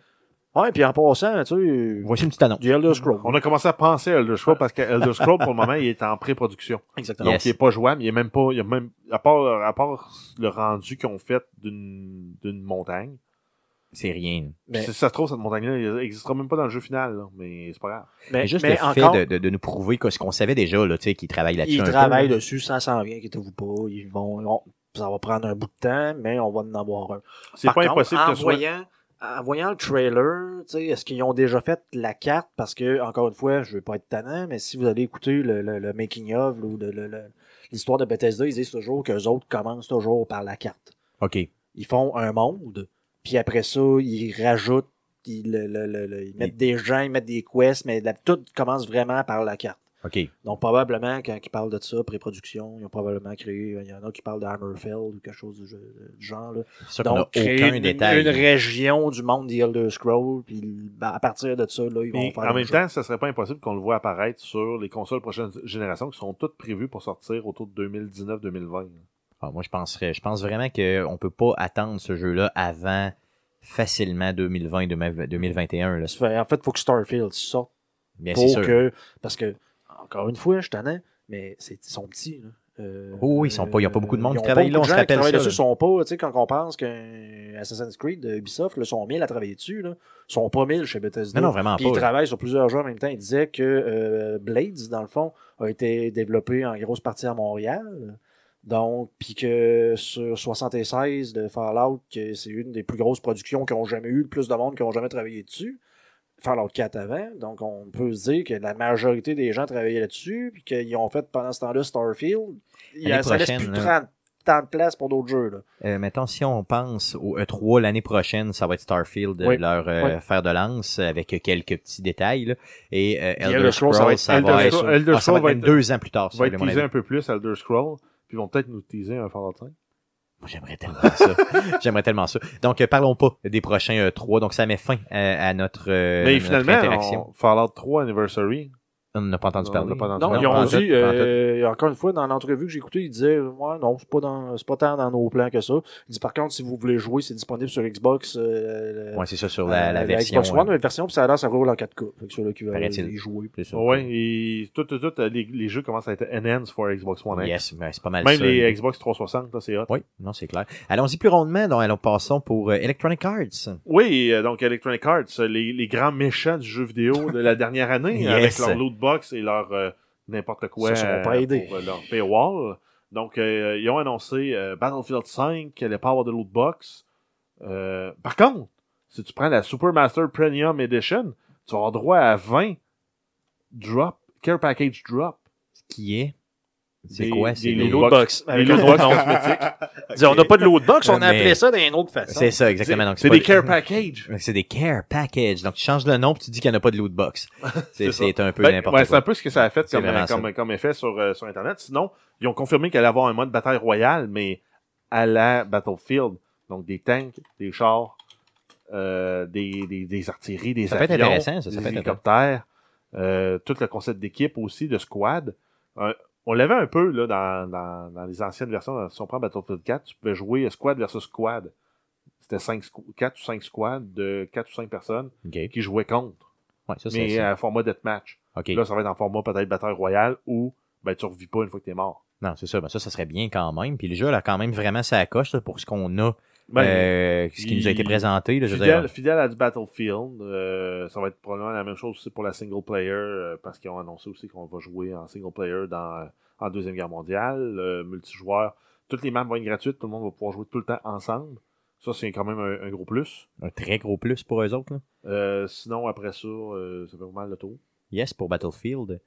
Ouais, puis en passant, tu sais, euh, Voici une petite annonce. du Elder Scrolls. On a commencé à penser à Elder Scrolls parce que Elder Scrolls, pour le moment, il est en pré-production. Exactement. Donc, Yes. il est pas jouable. Il est même pas, il y a même, à part, à part le rendu qu'on fait d'une, d'une montagne. C'est rien. Mais- Si ça se trouve, cette montagne-là, elle n'existera même pas dans le jeu final, là, mais c'est pas grave. Mais, Mais juste mais le encore, fait de, de, de nous prouver que ce qu'on savait déjà, là, tu sais, qu'ils travaillent là-dessus. ils un peu, travaillent là. dessus, ça s'en vient, inquiétez-vous pas, ils vont, on- ça va prendre un bout de temps, mais on va en avoir un. C'est Par pas contre, impossible en que ce soit. voyant, en voyant le trailer, tu sais, est-ce qu'ils ont déjà fait la carte? Parce que, encore une fois, je veux pas être tannant, mais si vous allez écouter le, le- le making of ou le- le- le- l'histoire de Bethesda, ils disent toujours qu'eux autres commencent toujours par la carte. OK. Ils font un monde, puis après ça, ils rajoutent, ils, le- le- le- le- ils mettent des gens, ils mettent des quests, mais la- tout commence vraiment par la carte. OK. Donc, probablement, quand ils parlent de ça, pré-production, ils ont probablement créé, il y en a qui parlent de Hammerfell ou quelque chose du, du genre, là. C'est sûr qu'on n'a Donc, créer aucun une, détail. une région du monde des Elder Scrolls, puis ben, à partir de ça, là, ils vont Puis, faire en leur même jeu. temps, ça serait pas impossible qu'on le voit apparaître sur les consoles prochaine génération qui sont toutes prévues pour sortir autour de 2019-2020. Ah, moi, je penserais, je pense vraiment qu'on peut pas attendre ce jeu-là avant facilement 2020, 2021, là. Ça fait- en fait, il faut que Starfield sorte Bien, c'est pour sûr. que. Parce que, encore une fois, je suis tannant, mais c'est- ils sont petits. Là. Euh, Oh oui, ils sont pas- il y a pas beaucoup de monde ils qui ont travaille pas là, on beaucoup se de gens qui rappelle travaillent ça, dessus, là. ils sont pas, tu sais, quand on pense qu'un Assassin's Creed de Ubisoft, là, sont 1000 à travailler dessus, là, ils sont pas 1000 chez Bethesda. Non, non, vraiment Puis ils pas. là. travaillent sur plusieurs jeux en même temps. Ils disaient que euh, Blades, dans le fond, a été développé en grosse partie à Montréal. Donc, puis que sur 76 de Fallout, que c'est une des plus grosses productions qui ont jamais eu, le plus de monde qui ont jamais travaillé dessus. Fallout 4 avant. Donc, on peut se dire que la majorité des gens travaillaient là-dessus, puis qu'ils ont fait pendant ce temps-là Starfield. Il y a- L'année ça laisse prochaine, plus là. 30 tant de place pour d'autres jeux. Là. Euh, mettons, si on pense au E3 l'année prochaine, ça va être Starfield, euh, Oui. leur euh, Oui. fer de lance, avec quelques petits détails. là. Et euh, Puis Elder Scrolls, ça va être, ça Elder va Scrolls- être- Elder ah, ça va Scrolls être même va être- deux ans plus tard. ça, va à être mon avis. teasé un peu plus Elder Scroll, puis ils vont peut-être nous teaser un Fallout 5. Euh, Moi, J'aimerais tellement ça. J'aimerais tellement ça. Donc, euh, parlons pas des prochains euh, trois. Donc, ça met fin euh, à notre, euh, Mais notre interaction. finalement, on- Fallout 3 Anniversary, On n'a pas entendu on parler. n'a pas entendu Non, Non, ils ont en dit, tout, en tout. euh, encore une fois, dans l'entrevue que j'ai écoutée, ils disaient Ouais, non, c'est pas, dans, c'est pas tant dans nos plans que ça. Ils disent Par contre, si vous voulez jouer, c'est disponible sur Xbox. euh, Ouais, c'est ça sur la, euh, la version. Xbox One, euh, la version, puis ça a l'air, ça roule en 4K. Fait que ceux-là qui veulent Paraît-il. y jouer. c'est ça. Oui, et tout, tout, tout, euh, les, les jeux commencent à être enhanced for Xbox One X. Yes, mais c'est pas mal Même ça. les Xbox 360, là, c'est hot. Oui, non, c'est clair. Allons-y plus rondement. Donc, allons passons pour euh, Electronic Arts. Oui, euh, donc Electronic Arts, euh, les, les grands méchants du jeu vidéo de la dernière année, Yes. avec leur lootbox et leur euh, n'importe quoi Ils se sont euh, pas aidés. pour euh, leur paywall. Donc, euh, ils ont annoncé euh, Battlefield 5, les Power de lootbox. Euh, par contre, si tu prends la Supermaster Premium Edition, tu vas avoir droit à 20 drop, care package drop. Ce qui est. C'est Des- quoi? des C'est Les des- loot box. Avec Les le loot box nom. cosmétiques. Ils disaient, On n'a pas de loot box, on a Mais- appelé ça d'une autre façon. C'est ça, exactement. Donc, hein? C'est pas des care packages. Donc, C'est des care package. Donc, tu changes le nom puis tu dis qu'il n'y en a pas de loot box. C'est C'est ça. c'est un peu Ben, n'importe ouais, c'est quoi. un peu ce que ça a fait C'est comme, euh, vraiment comme, comme effet sur, euh, sur Internet. Sinon, ils ont confirmé qu'elle allait avoir un mode bataille royale, mais à la Battlefield. Donc des tanks, des chars, euh, des, des, des artilleries, des Ça peut être avions, intéressant, ça, ça des peut être hélicoptères, euh, tout le concept d'équipe aussi, de squad. Euh, on l'avait un peu là, dans, dans, dans les anciennes versions. Si on prend Battlefield 4, tu pouvais jouer squad versus squad. C'était 4 ou 5 squads de 4 ou 5 personnes OK. Ouais, qui jouaient contre, ça, c'est mais ça. à format deathmatch. OK. Là, ça va être en format peut-être bataille royale ou ben, tu revis pas une fois que t'es mort. Non, c'est ça. Ben, ça, ça serait bien quand même. Puis le jeu, là, quand même, vraiment, ça coche là, pour ce qu'on a, Ben, euh, ce qui nous a été il- présenté. Là, je veux fidèle, dire. fidèle à du Battlefield, euh, ça va être probablement la même chose aussi pour la single player euh, parce qu'ils ont annoncé aussi qu'on va jouer en single player dans, euh, en Deuxième Guerre mondiale, euh, multijoueur. Toutes les maps vont être gratuites, tout le monde va pouvoir jouer tout le temps ensemble. Ça, c'est quand même un, un gros plus. un très gros plus pour eux autres. là. Euh, sinon, après ça, euh, ça fait vraiment le tour. Yes, pour Battlefield.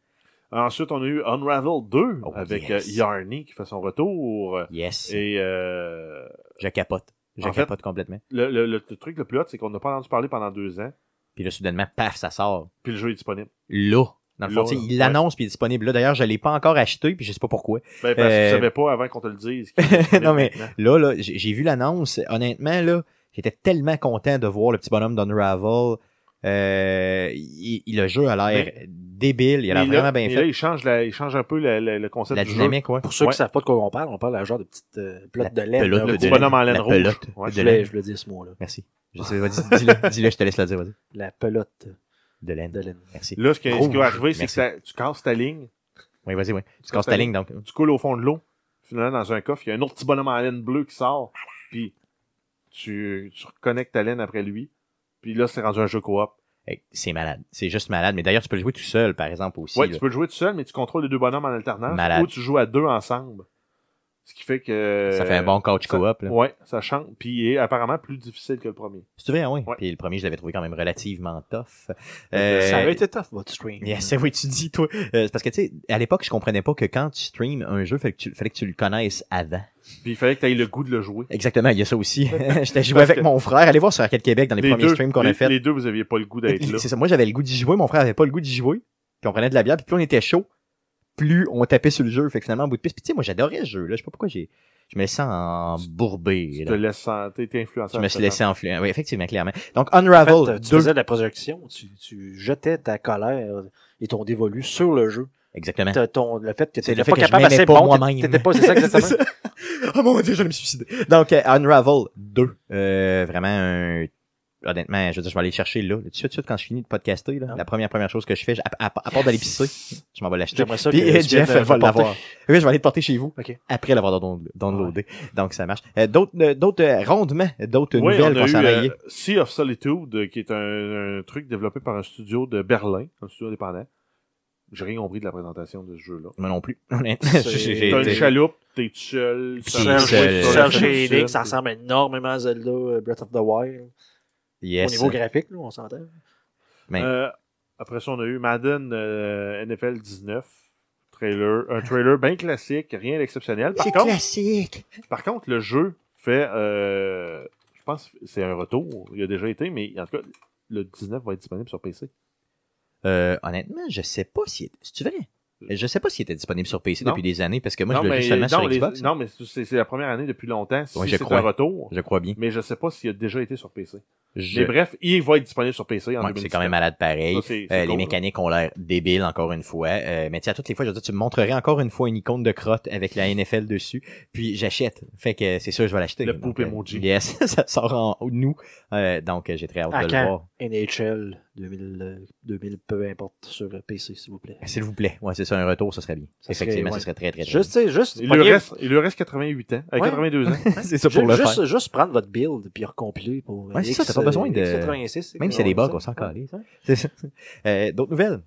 Ensuite, on a eu Unravel 2 Oh, avec yes. euh, Yarny qui fait son retour. euh, Yes. Et euh, Je capote. Je En fait- capote complètement. le, le- le- le truc le plus hot, c'est qu'on n'a pas entendu parler pendant deux ans, Puis là, soudainement, paf, ça sort. puis le jeu est disponible. Là. Dans le fond, Là, tu sais, il ouais. l'annonce puis il est disponible. Là, d'ailleurs, je ne l'ai pas encore acheté puis je sais pas pourquoi. Ben, parce que Euh, tu savais pas avant qu'on te le dise. qu'il est disponible Non, mais- maintenant. Là, là j'ai j'ai vu l'annonce. Honnêtement, là, j'étais tellement content de voir le petit bonhomme d'Unravel. Euh, il, il- le jeu a l'air débile. Il a l'air Mais là- vraiment bien mais Là, fait. il change, la- il change un peu la- la- le concept La du dynamique, ouais. Pour ceux Ouais. qui ne savent pas de quoi on parle, on parle d'un genre de petite euh, pelote de laine. pelote là, de jeu. gros Le laine. bonhomme en laine La rouge. pelote Ouais. de Je laine. voulais- je le dis ce mot-là. Merci. Je sais, vas-y, dis-le, dis-le, je te laisse le dire, vas-y. La pelote De laine. de laine. Merci. Là, ce, que- ce qui Rouge. va arriver, c'est que Merci. ça- tu casses ta ligne, Oui, vas-y, oui. Tu casses ta ligne, donc. tu coules au fond de l'eau, finalement, dans un coffre, il y a un autre petit bonhomme en laine bleue qui sort, puis tu, tu reconnectes ta laine après lui, puis là, c'est rendu un jeu coop. Hey, C'est malade. C'est juste malade. Mais d'ailleurs, tu peux le jouer tout seul, par exemple, aussi. Ouais, là. tu peux le jouer tout seul, mais tu contrôles les deux bonhommes en alternance, Malade. ou tu joues à deux ensemble. Ce qui fait que... Ça fait un bon coach euh, ça- coop. là. Ouais, ça change, puis il est apparemment plus difficile que le premier. C'est vrai, oui. Ouais. Puis le premier, je l'avais trouvé quand même relativement tough. Ça Euh, aurait été tough, votre stream. Yes, c'est oui, tu dis, toi. Euh, c'est parce que, tu sais, à l'époque, je comprenais pas que quand tu streams un jeu, fallait que tu, fallait que tu le connaisses avant. Puis il fallait que tu aies le goût de le jouer. Exactement, il y a ça aussi. J'étais joué Parce avec que- mon frère. Allez voir sur Arcade Québec dans les, premiers deux, streams qu'on a les- fait. les deux, vous aviez pas le goût d'être là. C'est ça. Moi, j'avais le goût d'y jouer. Mon frère avait pas le goût d'y jouer. Puis on prenait de la bière. Puis plus on était chaud, plus on tapait sur le jeu. Fait que finalement, au bout de piste. Puis tu sais, moi, j'adorais ce jeu-là. Je sais pas pourquoi j'ai. Je me laissais en bourber. Tu te laisses sentir, t'es influencé. Je me suis absolument. laissé enfluer. Oui, effectivement, clairement. Donc, En fait, euh, Unravel tu 2. faisais de la projection, tu, tu jetais ta colère et ton dévolu sur le jeu. Exactement. T'as Ton, le fait que tu C'est le n'étais fait pas que je capable m'aimais assez pas bon, moi-même. t'étais pas, c'est ça exactement. C'est ça. Oh mon dieu, je me suis suicidé. Donc, euh, Unravel 2. euh, vraiment un. Honnêtement, je veux dire, je vais aller le chercher là. Tout de suite, tout de suite, quand je finis de podcaster, là, Ah. la première première chose que je fais, je- à, à- à part d'aller pisser, je m'en vais l'acheter. J'aimerais ça Puis, que euh, tu Jeff viennes me va porter. l'avoir. Oui, je vais aller le porter chez vous Ok. après l'avoir down- downloadé. Donc, ça marche. Euh, d'autres, euh, d'autres euh, rondements, d'autres Oui, nouvelles hein. on a eu, qu'on s'en euh, Sea of Solitude, euh, qui est un, un truc développé par un studio de Berlin, un studio indépendant. J'ai rien compris de la présentation de ce jeu-là. Moi non plus. honnêtement. C'est- J'ai- j'ai T'as une été- chaloupe, t'es tout seul. Puis euh, seul, ça- ça- seul, ça- Self shading, ça ça- ressemble énormément à Zelda euh, Breath of the Wild. Yes. Au niveau graphique, là, on s'entend. Mais- Euh, après ça, on a eu Madden euh, NFL 19. Trailer, un trailer bien classique, rien d'exceptionnel. Par, contre- classique. par contre, le jeu fait. euh, je pense que c'est un retour. Il a déjà été, mais en tout cas, le 19 va être disponible sur PC. Euh, honnêtement, je sais pas si. C'est vrai. Je sais pas s'il était disponible sur PC Non. depuis des années parce que moi, non, je l'ai mais, vu seulement non, sur les- Xbox. non, mais c'est c'est la première année depuis longtemps. Si Oui, je c'est crois. un retour. Je crois bien. Mais je sais pas s'il a déjà été sur PC. Je- Mais bref, il va être disponible sur PC en Ouais, c'est 2017. quand même malade pareil. Ça, c'est- c'est Euh, cool, les là. mécaniques ont l'air débiles encore une fois. Euh, mais tu sais, à toutes les fois, je dis, tu me montrerais encore une fois une icône de crotte avec la NFL dessus. Puis j'achète. Fait que euh, c'est sûr, je vais l'acheter. Le Donc, euh, poop emoji. yes, ça sort en nous. Euh, donc euh, j'ai très hâte À de le quand? voir. NHL 2000, euh, 2000, peu importe, sur euh, PC, s'il vous plaît. S'il vous plaît. Ouais, c'est ça, un retour, ce serait bien. Ça serait- Effectivement, ouais. ce serait très, très, très Juste, tu sais, juste, Il lui, pognez- reste, il lui reste 88 ans, euh, Ouais. 82 ans. bien. c'est ça ju- pour le juste, faire. juste prendre votre build puis recompiler pour. euh, Ouais, c'est ça, X, t'as pas besoin euh, de- X86, Même si c'est ouais, des bugs, ça. on s'en calisse, hein. C'est ça. Euh, D'autres nouvelles?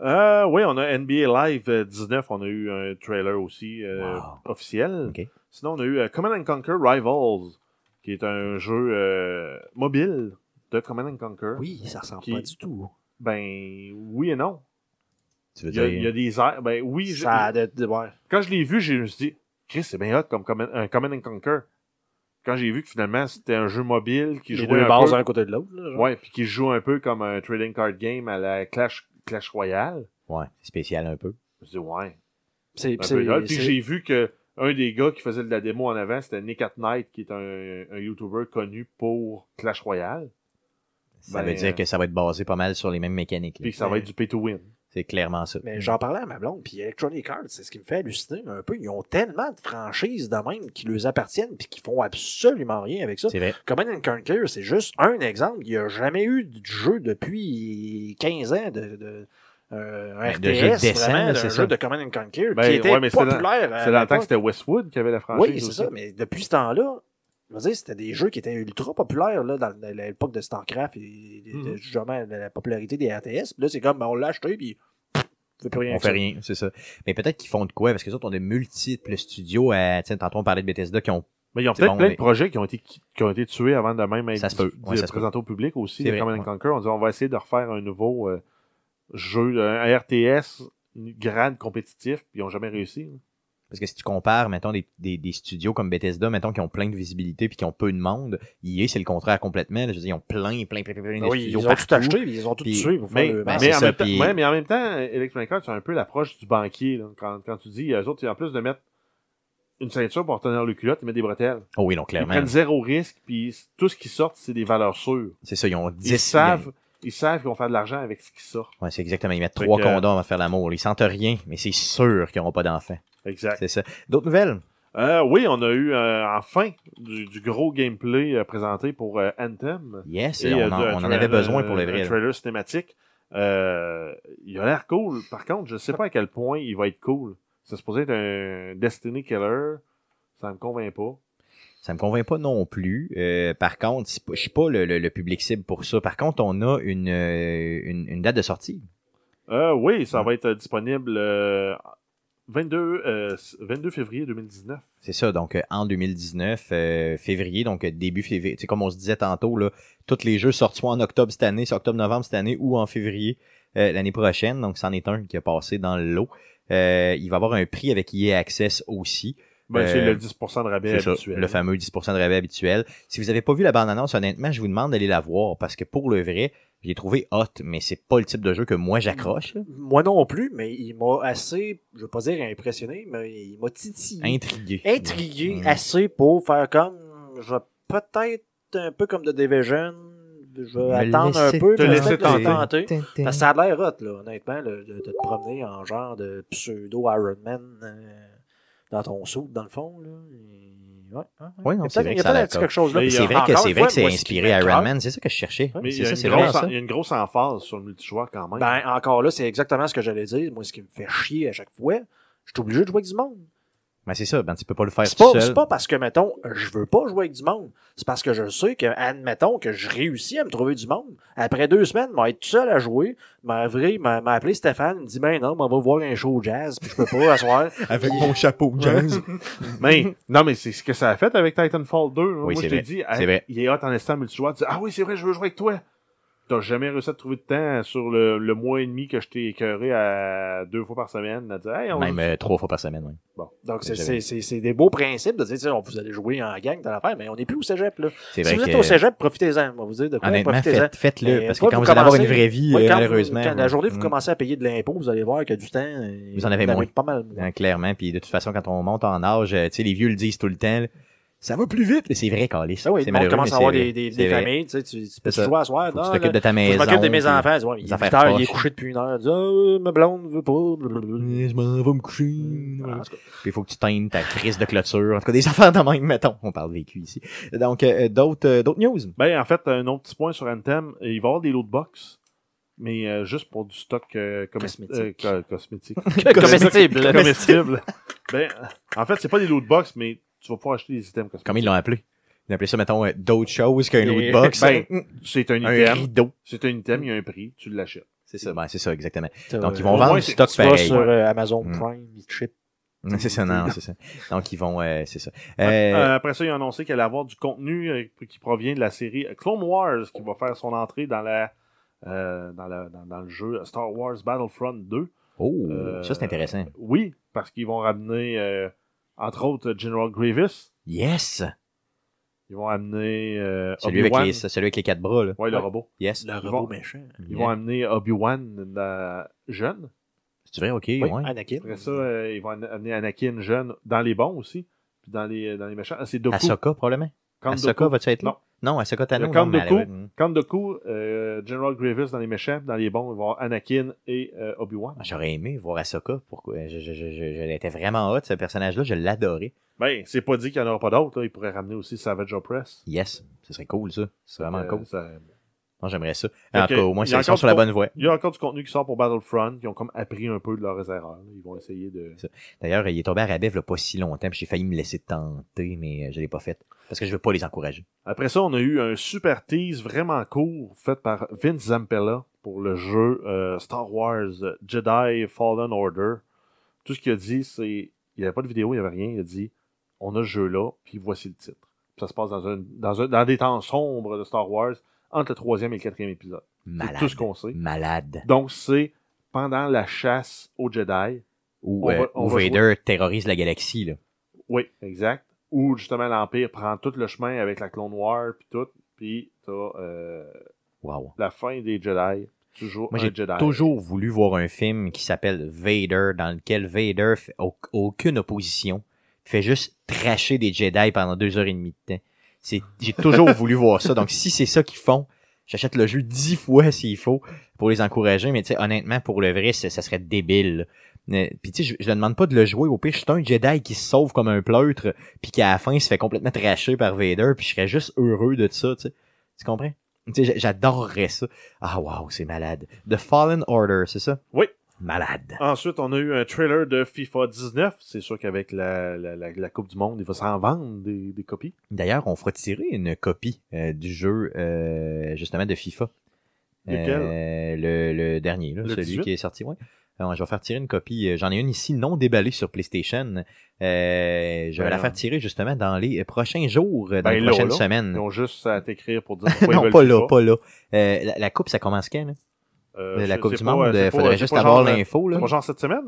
Euh, oui, on a NBA Live euh, 19, on a eu un trailer aussi euh, Wow. officiel. Ok. Sinon, on a eu euh, Command and Conquer Rivals, qui est un jeu euh, mobile de Command and Conquer. Oui, ça ressemble Qui- pas du tout. Ben oui et non. Tu veux Il y a, il y a des airs. Ben oui, je- Ça a de, de- ouais. quand je l'ai vu, j'ai- je me suis dit, Chris, c'est bien hot comme Command, un Command and Conquer. Quand j'ai vu que finalement c'était un jeu mobile qui Les jouait deux un bases peu- un à côté de l'autre. là, genre. Ouais, puis qui joue un peu comme un trading card game à la Clash, Clash Royale. Ouais, spécial un peu. Je me suis dit, ouais, C'est, un c'est- peu drôle. Ah ben, Puis c'est- j'ai vu que un des gars qui faisait de la démo en avant, c'était Nick at Night, qui est un, un YouTuber connu pour Clash Royale. Ça Ben, veut dire euh, que ça va être basé pas mal sur les mêmes mécaniques. là. Puis que ça va être du pay to win. C'est clairement ça. Mais j'en parlais à ma blonde, puis Electronic Arts, c'est ce qui me fait halluciner un peu. Ils ont tellement de franchises de même qui leur appartiennent puis qui font absolument rien avec ça. C'est vrai. Command and Conquer, c'est juste un exemple. Il n'y a jamais eu de jeu depuis 15 ans de, de, euh, un Ben, RTS, de jeu de dessin, vraiment, là, d'un c'est jeu ça. de Command and Conquer Ben, qui était ouais, mais c'était dans- populaire. à C'est dans le temps l'époque. que c'était Westwood qui avait la franchise. Ben, Oui, c'est aussi. ça, mais depuis ce temps-là, je veux dire, c'était des jeux qui étaient ultra populaires là, dans l- l'époque de StarCraft et de- Mm-hmm. Mhm. justement de la popularité des RTS. Puis Là, c'est comme, ben, on l'a acheté, puis pff, on fait plus rien. On avec fait ça. rien, c'est ça. Mais peut-être qu'ils font de quoi? Parce que les autres ont de multiples studios. À, tiens, tantôt, on parlait de Bethesda qui ont. Mais il y a C'est peut-être bon, plein mais- de projets qui ont été, qui ont été tués avant de même être Ça se peut. Ouais, de- ça se peut. présentés au public aussi. C'est les vrai, Command and ouais. Conquer, on dit on va essayer de refaire un nouveau euh, jeu, un RTS grade compétitif, puis ils n'ont jamais réussi. Parce que si tu compares, mettons, des, des, des studios comme Bethesda, mettons, qui ont plein de visibilité puis qui ont peu de monde, EA, c'est le contraire complètement. là. Je veux dire, ils ont plein, plein, plein, plein, plein de Ben Oui, studios ils ont partout. tout acheté, puis ils ont tout Puis- tué. pour Mais, faire le- ben, Ah, c'est mais, en ça, même temps, puis- ouais, mais en même temps, Electronic Arts, c'est un peu l'approche du banquier. là. quand, quand tu dis, eux autres, en plus de mettre une ceinture pour tenir le culotte, ils mettent des bretelles. Oh oui, non, Ils clairement. prennent zéro risque, puis c- tout ce qui sort, c'est des valeurs sûres. C'est ça, ils ont 10 Ils savent, ils savent qu'ils vont faire de l'argent avec ce qui sort. Ouais, c'est exactement. Ils mettent Fait trois que- condoms à faire l'amour. Ils sentent rien, mais c'est sûr qu'ils n'auront pas d'enfants. Exact. C'est ça. D'autres nouvelles? Euh, oui, on a eu euh, enfin du, du gros gameplay euh, présenté pour euh, Anthem. Yes, Et, on, en, euh, du- un on en trailer, avait besoin pour les euh, Un vrais. trailer cinématique. Euh, il a l'air cool. Par contre, je sais pas à quel point il va être cool. C'est supposé être un Destiny Killer. Ça me convainc pas. Ça me convainc pas non plus. Euh, par contre, c'est pas- je suis pas le, le- le public cible pour ça. Par contre, on a une, euh, une, une date de sortie. Euh, oui, ça Ouais. va être euh, disponible euh, 22, euh, 22 février 2019. C'est ça, donc euh, en 2019, euh, février, donc euh, début février. Tu sais, comme on se disait tantôt, là, tous les jeux sortent soit en octobre cette année, soit octobre-novembre cette année, ou en février euh, l'année prochaine. Donc, c'en est un qui a passé dans le lot. Euh, il va avoir un prix avec EA Access aussi. Ben, c'est Euh, le 10% de rabais C'est ça, habituel. le fameux 10% de rabais habituel. Si vous n'avez pas vu la bande-annonce, honnêtement, je vous demande d'aller la voir parce que pour le vrai, je l'ai trouvé hot, mais c'est pas le type de jeu que moi j'accroche. là. Moi non plus, mais il m'a assez, je veux pas dire impressionné, mais il m'a titillé. Intrigué. intrigué Mm. assez pour faire comme je vais peut-être un peu comme de Division je vais Me attendre un laisser peu te mais laisser peut-être le tenter tenter. Tintin. parce que ça a l'air hot là honnêtement le- de, de te promener en genre de pseudo Iron Man euh, dans ton soupe dans le fond là Et- ouais, ouais, ouais. Ouais, non, Il y a c'est peut-être- vrai il que y a ça a l'air peut-être quelque chose là Mais Mais C'est il y a- vrai que Encore c'est une vrai fois, que c'est moi, ce qui inspiré à m'écoeure, Iron Man, c'est ça que je cherchais. Mais il y, C'est a ça, une c'est vrai grosse, ça. il y a une grosse emphase sur le multijoueur quand même. Ben, encore là, c'est exactement ce que j'allais dire. Moi, ce qui me fait chier à chaque fois, je suis obligé de jouer avec du monde. Ben c'est ça, ben tu peux pas le faire C'est tout pas, c'est seul. pas parce que, mettons, je veux pas jouer avec du monde. C'est parce que je sais que, admettons, que je réussis à me trouver du monde. Après deux semaines, m'a être tout seul à jouer. M'a vrai, m'a m'a appelé Stéphane, il me dit, ben non, mais on va voir un show jazz, puis je peux pas asseoir. Avec mon chapeau jazz. mais, non, mais c'est ce que ça a fait avec Titanfall 2. là. Oui, Moi, c'est je t'ai vrai. dit, C'est hey, vrai. il est hot en instant multijoueur. Tu dis, ah oui, c'est vrai, je veux jouer avec toi. t'as jamais réussi à te trouver de temps sur le, le mois et demi que je t'ai écœuré à deux fois par semaine à dire Hey, on Même euh, trois fois par semaine, oui. Donc, c'est- J'avais- c'est c'est- c'est des beaux principes de dire, tu sais, on- vous allez jouer en gang dans l'affaire, mais on n'est plus au cégep, là. C'est Si vrai vous êtes que, au cégep, profitez-en. On va vous dire de quoi, honnêtement, profitez-en. faites- faites-le, Mais parce que quand une fois que vous vous allez avoir une commencez- vraie vie, Ouais, euh, quand vous- malheureusement. quand la ouais. journée, vous Mm. commencez à payer de l'impôt, vous allez voir que du temps. euh, Vous en avez moins. Pas mal. moins. Hein, clairement, puis de toute façon, quand on monte en âge, euh, tu sais, les vieux le disent tout le temps, là, ça va plus vite, mais c'est vrai, Calice. Ah oui, c'est on malheureux, mais commence à c'est avoir vrai. des, des, C'est des vrai. familles, tu sais, tu, tu peux C'est ça. jouer à soir. Faut que non, tu t'occupes là, Ah, de ta je maison. m'occupe de mes puis- enfants. tu vois, il est les affaires 8 heures, il est proches. couché depuis une heure. Il dit, Ah, ma blonde veut pas. blablabla. Euh, Je m'en vais me coucher. Ah, ouais. en tout cas, Puis il faut que tu teignes ta crise de clôture. En tout cas, des affaires de même, mettons. On parle vécu ici. Donc, euh, d'autres euh, d'autres news? Ben, en fait, un autre petit point sur Anthem, il va y avoir des loot box, mais euh, juste pour du stock euh, commes- Cosmétique. euh, co- cosmétique. Comestible. Comestible. ben, en fait, c'est pas des loot box, mais tu vas pouvoir acheter des items cosmétiques. Comment ils l'ont appelé? Ils l'ont appelé ça, mettons, euh, d'autres choses qu'un Et- loot box. euh, ben, un, C'est un un item. rideau. C'est un item, il y a un prix, tu l'achètes. C'est ça, ben, c'est ça, exactement. t'as, Donc, ils euh, vont au vendre moins, du c'est- stock tu vas pareil. sur euh, Amazon Mm. Prime, ils te chip. Ouais. C'est ça, non, c'est ça. Donc, ils vont, euh, c'est ça. Euh, Euh, Après ça, ils ont annoncé qu'elle allait avoir du contenu euh, qui provient de la série Clone Wars, qui va faire son entrée dans la, euh, dans, la- dans- dans le jeu Star Wars Battlefront 2. oh, euh, ça, c'est intéressant. Oui, parce qu'ils vont ramener, euh, entre autres, General Grievous. Yes! Ils vont amener euh, Celui avec, Obi-Wan. les, celui avec les quatre bras, là. Ouais, le Ouais. robot. Yes. Le Ils robot vont- méchant. Ils vont amener Obi-Wan euh, jeune. C'est vrai, ok, Oui, ouais. Anakin. Après ça, euh, ils vont an- amener Anakin jeune dans les bons aussi. Puis dans les, dans les méchants. Ah, c'est Doku. Ahsoka, probablement. Count Ahsoka, Doku. va-tu être là? Non, Ahsoka Tano. Le non, Count mais Dooku. elle va- Count Dooku, euh, General Grievous dans les méchants. puis Dans les bons, ils vont avoir Anakin et euh, Obi-Wan. Ah, J'aurais aimé voir Ahsoka. Pourquoi? Je, je, je, je, je était vraiment hot, ce personnage-là. Je l'adorais. Ben, c'est pas dit qu'il n'y en aura pas d'autres. là. Ils pourraient ramener aussi Savage Opress. Yes. Ce serait cool, ça. C'est vraiment Euh, cool. ça- Moi, j'aimerais ça. Fait En que, tout cas, au moins, il y a ils sont encore sur la du bonne voie. Il y a encore du contenu qui sort pour Battlefront. Ils ont comme appris un peu de leurs erreurs. là. Ils vont essayer de. D'ailleurs, il est tombé à rabais il y a pas si longtemps, puis j'ai failli me laisser tenter, mais euh, je l'ai pas fait. Parce que je veux pas les encourager. Après ça, on a eu un super tease vraiment court fait par Vince Zampella pour le jeu euh, Star Wars Jedi Fallen Order. Tout ce qu'il a dit, c'est. Il n'y avait pas de vidéo, il n'y avait rien. Il a dit on a ce jeu-là, puis voici le titre. Ça se passe dans, un, dans, un- dans des temps sombres de Star Wars entre le troisième et le quatrième épisode. C'est Malade. tout ce qu'on sait. Malade. Donc, c'est pendant la chasse aux Jedi. Ou On va- euh, on où va Vader jouer. terrorise la galaxie, là. Oui, exact. Où justement l'Empire prend tout le chemin avec la Clone Noire, puis tout. Puis t'as euh, Wow. la fin des Jedi. Toujours Moi, un j'ai Jedi. toujours voulu voir un film qui s'appelle Vader, dans lequel Vader fait au- aucune opposition, fait juste tracher des Jedi pendant deux heures et demie de temps. C'est, j'ai toujours voulu voir ça. Donc, si c'est ça qu'ils font, j'achète le jeu dix fois s'il faut pour les encourager. Mais tu sais, honnêtement, pour le vrai, c'est- ça serait débile. Euh, Puis tu sais, je, je ne demande pas de le jouer. Au pire, je suis un Jedi qui se sauve comme un pleutre, puis qui à la fin se fait complètement tracher par Vader, puis je serais juste heureux de ça. Tu sais. Tu comprends? Tu sais, j'a- j'adorerais ça. Ah wow, c'est malade. The Fallen Order, c'est ça? Oui. Malade. Ensuite, on a eu un trailer de FIFA 19. C'est sûr qu'avec la, la, la, la Coupe du Monde, il va s'en vendre des, des copies. D'ailleurs, on fera tirer une copie euh, du jeu euh, justement de FIFA. Lequel? Euh, le, le dernier, là, Le celui 18? qui est sorti, ouais. Alors, je vais faire tirer une copie. Euh, J'en ai une ici non déballée sur PlayStation. Euh, je vais Ben la non. faire tirer justement dans les prochains jours, euh, dans Ben les là, prochaines là. semaines. Ils ont juste à t'écrire pour dire pourquoi ils non, veulent pas FIFA. là, pas là. Euh, la, la coupe, ça commence quand? là? la Euh, c'est- Coupe c'est du pas- Monde, c'est il pas- faudrait c'est juste pas avoir genre, euh, l'info. là. c'est pas genre cette semaine?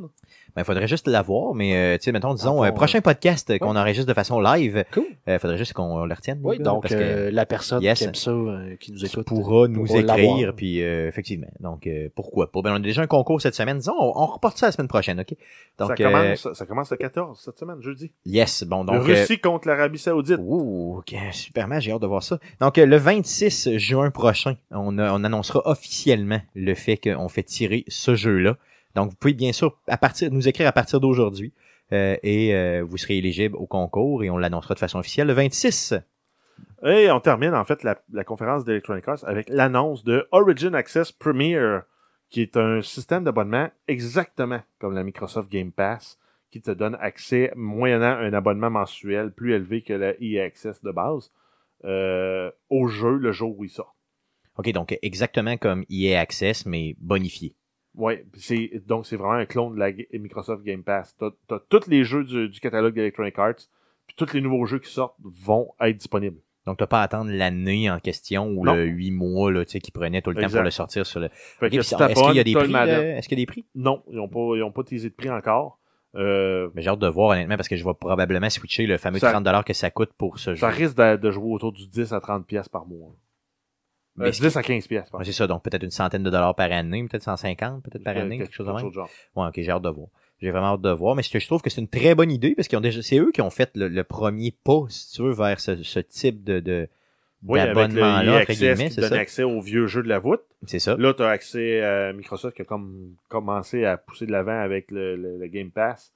Ben, faudrait juste l'avoir, mais euh, tu sais, mettons, disons, Dans le euh, fond, prochain podcast euh, qu'on enregistre de façon live, Cool. euh, faudrait juste qu'on le retienne. Oui, là, donc parce que euh, la personne Yes. qui aime ça, euh, qui nous tu écoute, pourras nous pourra l'avoir. écrire, puis euh, effectivement. Donc, euh, pourquoi pas? Ben, on a déjà un concours cette semaine. Disons, on, on reporte ça la semaine prochaine, OK? Donc, ça, euh, commence, ça commence le 14 cette semaine, jeudi. yes, bon, Le donc... euh, Russie contre l'Arabie Saoudite. Ouh, ok, super j'ai hâte de voir ça. Donc, euh, le 26 juin prochain, on, a- on annoncera officiellement le fait qu'on fait tirer ce jeu-là. Donc, vous pouvez bien sûr à partir, nous écrire à partir d'aujourd'hui euh, et euh, vous serez éligible au concours et on l'annoncera de façon officielle le 26. Et on termine en fait la, la conférence d'Electronic Arts avec l'annonce de Origin Access Premier, qui est un système d'abonnement exactement comme la Microsoft Game Pass, qui te donne accès moyennant un abonnement mensuel plus élevé que la EA Access de base euh, au jeu le jour où il sort. OK, donc exactement comme EA Access, mais bonifié. Ouais, pis c'est donc c'est vraiment un clone de la Ga- Microsoft Game Pass. T'as as tous les jeux du, du catalogue d'Electronic Arts, puis tous les nouveaux jeux qui sortent vont être disponibles. Donc, t'as pas à attendre l'année en question ou Non. le 8 mois là, tu sais, qui prenait tout le temps Exact. pour le sortir sur le. Fait Ok, que puis si ça- Est-ce qu'il y a t'abonnes, des t'as le prix? Madden. euh, Est-ce qu'il y a des prix? Non, ils n'ont pas, ils ont pas teasé de prix encore. Euh, Mais j'ai hâte de voir honnêtement parce que je vais probablement switcher le fameux Ça- 30$ que ça coûte pour ce jeu. ça risque de, de jouer autour du 10 à 30 pièces par mois. Mais Euh, ce 10 à 15 pièces par Ouais, c'est ça, donc peut-être une centaine de dollars par année, peut-être 150 peut-être par année, quelque chose de même. du genre. Ouais, ok, j'ai hâte de voir. J'ai vraiment hâte de voir, mais c'est que je trouve que c'est une très bonne idée parce qu'ils ont déjà, c'est eux qui ont fait le, le premier pas, si tu veux, vers ce, ce type de, de Oui, avec le d'abonnement-là, EA entre Access guillemets, qui c'est donne ça. accès aux vieux jeux de la voûte. C'est ça. Là, tu as accès à Microsoft qui a comme commencé à pousser de l'avant avec le, le- le Game Pass.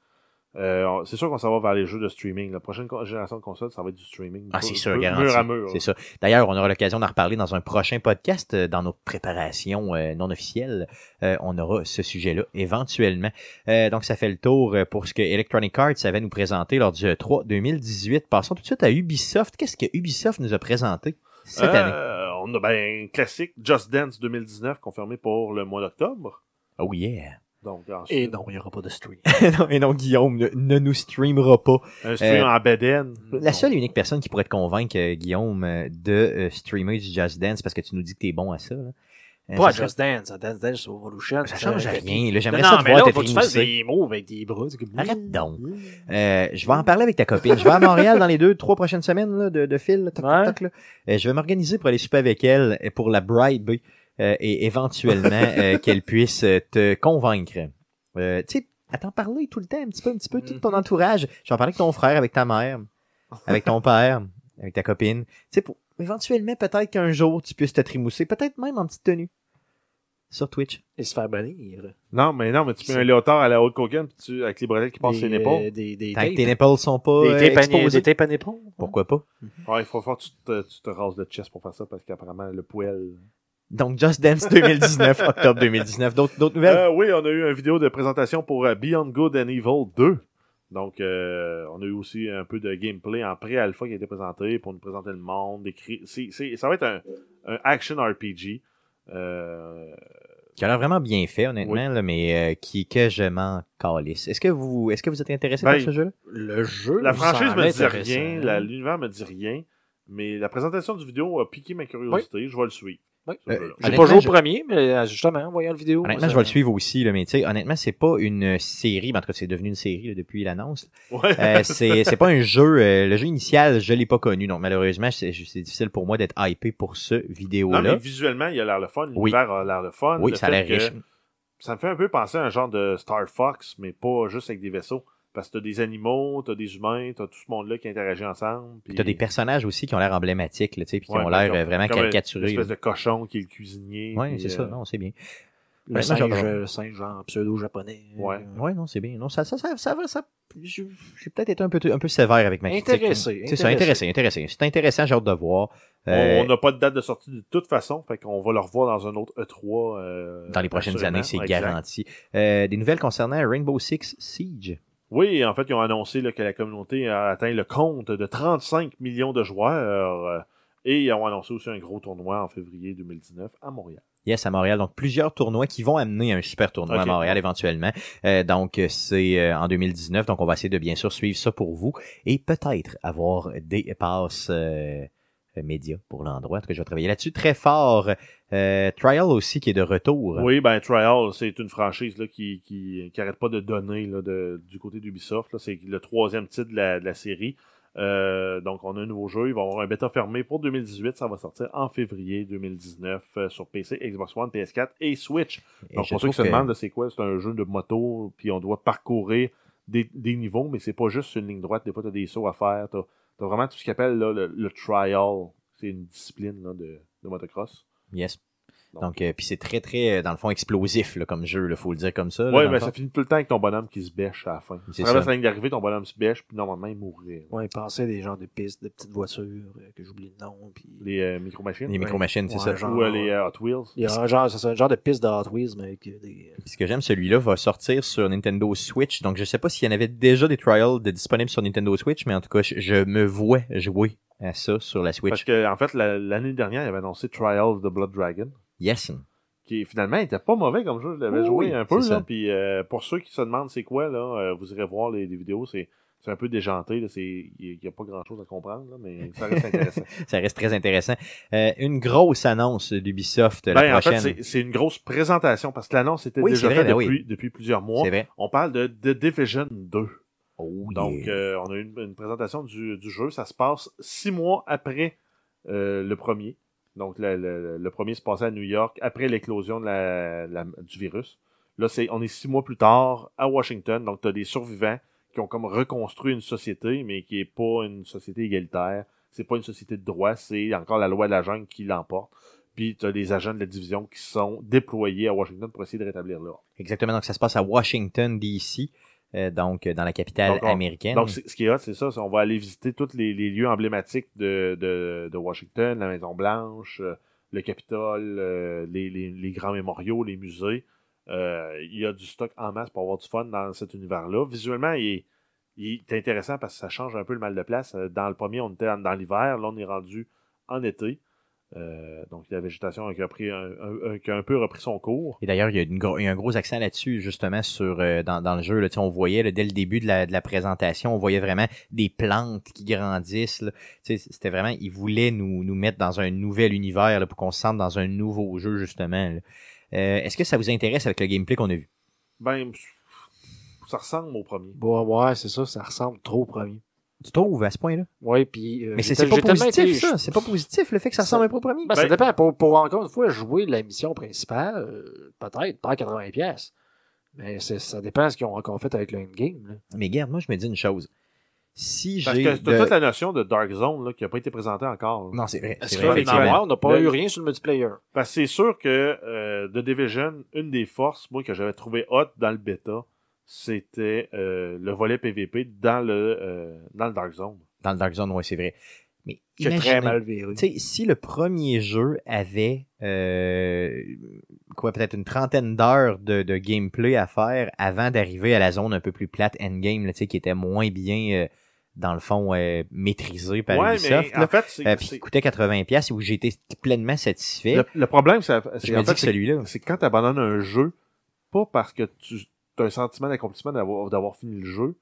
Euh, on- c'est sûr qu'on s'en va vers les jeux de streaming. La prochaine con- génération de consoles, ça va être du streaming. Ah, c'est Peu- sûr, peu- garanti. Mur à mur. C'est ça. D'ailleurs, on aura l'occasion d'en reparler dans un prochain podcast, euh, dans nos préparations euh, non officielles. Euh, on aura ce sujet-là éventuellement. Euh, donc, ça fait le tour euh, pour ce que Electronic Arts avait nous présenter lors du euh, 3 2018. Passons tout de suite à Ubisoft. Qu'est-ce que Ubisoft nous a présenté cette Euh, Ah. année? On a ben, un classique Just Dance 2019 confirmé pour le mois d'octobre. Oh yeah! Donc, ensuite, Et non, il n'y aura pas de stream. Non, Et non, Guillaume ne, ne nous streamera pas. un stream euh, en bedaine. La seule et unique personne qui pourrait te convaincre, euh, Guillaume, euh, de euh, streamer du Just Dance parce que tu nous dis que t'es bon à ça. là. Euh, pas à ça serait- Just Dance, à Dance Dance Revolution. ça change serait- rien. là. J'aimerais Non, ça non, te mais voir là, t'être faut que tu fasses réussé. des moves avec des bras. c'est comme- Arrête donc. Euh, je vais en parler avec ta copine. Je vais à Montréal dans les deux, trois prochaines semaines là, de, de fil. là, toc, toc, Ouais. toc, là. Euh, je vais m'organiser pour aller souper avec elle et pour la briber euh, et éventuellement euh, qu'elle puisse euh, te convaincre. Euh, tu sais, à t'en parler tout le temps, un petit peu, un petit peu, tout ton entourage. Je vais en parler avec ton frère, avec ta mère, avec ton père, avec ta copine. Tu sais, pour éventuellement, peut-être qu'un jour, tu puisses te trimousser, peut-être même en petite tenue. Sur Twitch. Et se faire bannir. Non, mais non, mais tu mets un léotard à la haute coquine puis tu, avec les bretelles qui passent Des, ses euh, épaules. Des, des Tant que tapes. tes nipples sont pas Des euh, tapes à- exposés. des tapes à nippons. Pourquoi pas? Ouais, il faut faire que tu te, tu te rases le chest pour faire ça parce qu'apparemment le poêle. Donc, Just Dance 2019, octobre 2019. D'autres, d'autres nouvelles? Euh, oui, on a eu une vidéo de présentation pour euh, Beyond Good and Evil 2. Donc, euh, on a eu aussi un peu de gameplay en pré-alpha qui a été présenté pour nous présenter le monde. des cri- c'est- c'est- ça va être un, un action RPG. Euh, qui a l'air vraiment bien fait, honnêtement, là, mais euh, qui, que je m'en calisse. Est-ce que vous, est-ce que vous êtes intéressé Ben, par ce jeu-là? Le jeu. la vous franchise semble me dit intéressant. hein? rien, la- l'univers me dit rien, mais la présentation du vidéo a piqué ma curiosité. Je vais le suivre. Oui. Ce jeu-là. Euh, J'ai pas joué au je- premier, mais euh, justement, en voyant la vidéo. Honnêtement, moi, je vais le ça- suivre aussi, là, mais tu sais, honnêtement, c'est pas une série, mais en tout cas, c'est devenu une série là, depuis l'annonce. Ouais. Euh, c'est, c'est pas un jeu, euh, le jeu initial, je l'ai pas connu, donc malheureusement, c'est, c'est difficile pour moi d'être hypé pour ce Non, mais vidéo-là. visuellement, il a l'air le fun. Oui. L'univers a l'air le fun. oui, Le ça a l'air fait que- riche. ça me fait un peu penser à un genre de Star Fox, mais pas juste avec des vaisseaux. Parce que t'as des animaux, t'as des humains, t'as tout ce monde-là qui interagit ensemble. Puis T'as des personnages aussi qui ont l'air emblématiques, là, tu sais, puis qui Ouais, ont mais l'air comme- euh, vraiment comme un- caricaturés. Une espèce de cochon qui est le cuisinier. Oui, puis, c'est ça, euh, non, c'est bien. Le Honnêtement, singe, j'adore. euh, le singe genre pseudo-japonais. Ouais. Euh, Ouais, non, c'est bien. Non, ça, ça, ça, ça va, ça. je- J'ai peut-être été un peu, un peu sévère avec ma critique. Intéressé, C'est ça, intéressé, intéressé. C'est intéressant, j'ai hâte de voir. Euh, On on n'a pas de date de sortie de toute façon, fait qu'on va le revoir dans un autre E3. euh, dans les prochaines assurément. années, c'est Exact. garanti. Euh, des nouvelles concernant Rainbow Six Siege. Oui, en fait, ils ont annoncé là, que la communauté a atteint le compte de 35 millions de joueurs. euh, et ils ont annoncé aussi un gros tournoi en février 2019 à Montréal. Yes, à Montréal. Donc, plusieurs tournois qui vont amener un super tournoi Ok. à Montréal éventuellement. Euh, donc, c'est euh, en 2019. Donc, on va essayer de bien sûr suivre ça pour vous et peut-être avoir des passes euh, euh, médias pour l'endroit. En tout cas, je vais travailler là-dessus très fort. Euh, Trial aussi qui est de retour. Oui, ben Trial, c'est une franchise là, qui, qui, qui arrête pas de donner là, de- du côté d'Ubisoft. là. C'est le troisième titre de la, de la série. Euh, donc, on a un nouveau jeu. Il va y avoir un bêta fermé pour 2018. Ça va sortir en février 2019 euh, sur PC, Xbox One, PS4 et Switch. Et Donc, je pour ceux trouve qui se que- demandent, là, c'est quoi C'est un jeu de moto, puis on doit parcourir des, des niveaux, mais c'est pas juste une ligne droite. Des fois, tu as des sauts à faire. Tu as, vraiment tout ce qu'on appelle là, le, le trial. C'est une discipline là, de, de motocross. Yes. Donc, euh, puis c'est très, très, euh, dans le fond, explosif là, comme jeu, il faut le dire comme ça. là, Ouais, dans le mais fond. ça finit tout le temps avec ton bonhomme qui se bêche à la fin. Tu C'est traverses ça. la ligne d'arrivée, ton bonhomme se bêche, puis normalement, il mourrait. Ouais, ils pensaient des genres de pistes, de petites voitures, euh, que j'oublie le nom. Puis... Les euh, micro-machines. Les micro-machines, c'est Ouais, ça. genre- Ou euh, les euh, Hot Wheels. Il y a un genre, c'est un genre de piste de Hot Wheels, mais avec euh, des. Puis Ce que j'aime, celui-là va sortir sur Nintendo Switch. Donc, je sais pas s'il y en avait déjà des trials de disponibles sur Nintendo Switch, mais en tout cas, je, je me vois jouer à ça sur la Switch. Parce que, en fait, la- l'année dernière, il avait annoncé Trial of the Blood Dragon, Yes. qui finalement était pas mauvais comme jeu. Je l'avais Oui, joué oui, un peu. c'est Là, ça. puis euh, pour ceux qui se demandent c'est quoi, là, euh, vous irez voir les, les vidéos. C'est c'est un peu déjanté. là, c'est- Il n'y a pas grand-chose à comprendre, là, mais ça reste intéressant. Ça reste très intéressant. Euh, une grosse annonce d'Ubisoft la ben, en fait, prochaine. c'est- c'est une grosse présentation parce que l'annonce était Oui, déjà c'est vrai, faite ben oui. depuis, depuis plusieurs mois. c'est vrai. On parle de The Division 2. Oh, Donc, yeah. euh, on a eu une, une présentation du, du jeu. Ça se passe six mois après euh, le premier. Donc, le, le- le premier se passait à New York après l'éclosion de la- la- du virus. Là, c'est, on est six mois plus tard à Washington. Donc, tu as des survivants qui ont comme reconstruit une société, mais qui n'est pas une société égalitaire. C'est pas une société de droit. C'est encore la loi de la jungle qui l'emporte. Puis, tu as des agents de la division qui sont déployés à Washington pour essayer de rétablir l'ordre. Exactement. Donc, ça se passe à Washington, D.C., euh, donc euh, dans la capitale Donc, on- américaine. Donc, c'est- ce qui est hot, c'est ça. c'est On va aller visiter tous les, les lieux emblématiques de, de- de Washington, la Maison-Blanche, euh, le Capitole, euh, les, les- les grands mémoriaux, les musées. Euh, il y a du stock en masse pour avoir du fun dans cet univers-là. Visuellement, il est, il est intéressant parce que ça change un peu le mal de place. Euh, Dans le premier, on était en- dans l'hiver. Là, on est rendu en été. Euh, donc, la végétation qui a, pris un- un- un- qui a un peu repris son cours. Et d'ailleurs, il y, a une gro- il y a un gros accent là-dessus, justement, sur euh, dans, dans le jeu. Là, Tu sais, on voyait là, dès le début de la, de la présentation, on voyait vraiment des plantes qui grandissent. là. Tu sais, C'était vraiment, ils voulaient nous, nous mettre dans un nouvel univers là, pour qu'on se sente dans un nouveau jeu, justement. là. Euh, Est-ce que ça vous intéresse avec le gameplay qu'on a vu? Ben, ça ressemble au premier. Bon, euh, ouais, c'est ça, ça ressemble trop au premier. Tu trouves à ce point-là? Ouais, puis. euh, Mais c'est j'ai c'est tel- pas j'ai tellement été- positif, ça. C'est pas positif, le fait que ça ressemble un peu au premier. Ben, ça Ben- dépend. Pour, pour encore une fois jouer la mission principale, euh, peut-être, pas à 80$. piastres. Mais c'est- ça dépend ce qu'ils ont encore fait avec le endgame. là. Mais regarde, moi, je me dis une chose. Si Parce j'ai... que t'as de- toute la notion de Dark Zone là, qui n'a pas été présentée encore. là. Non, c'est vrai. Parce c'est que vrai, là, effectivement. on n'a pas Le- eu rien sur le multiplayer. Parce que c'est sûr que euh, The Division, une des forces, moi, que j'avais trouvé hot dans le bêta, c'était euh, le volet PVP dans le, euh, dans le Dark Zone. Dans le Dark Zone, oui, c'est vrai. Mais J'ai très imaginez- mal viré. Tu sais, si le premier jeu avait euh, quoi, peut-être une trentaine d'heures de, de gameplay à faire avant d'arriver à la zone un peu plus plate endgame, là, tu sais, qui était moins bien, euh, dans le fond, euh, maîtrisée par ouais, Ubisoft, mais là, en fait, c'est, euh, puis qui c'est- coûtait 80$ et où j'étais pleinement satisfait, le, le problème, c'est, c'est, je me en dis fait, que c'est- celui-là, c'est quand tu abandonnes un jeu, pas parce que tu as un sentiment d'accomplissement d'avoir, d'avoir fini le jeu,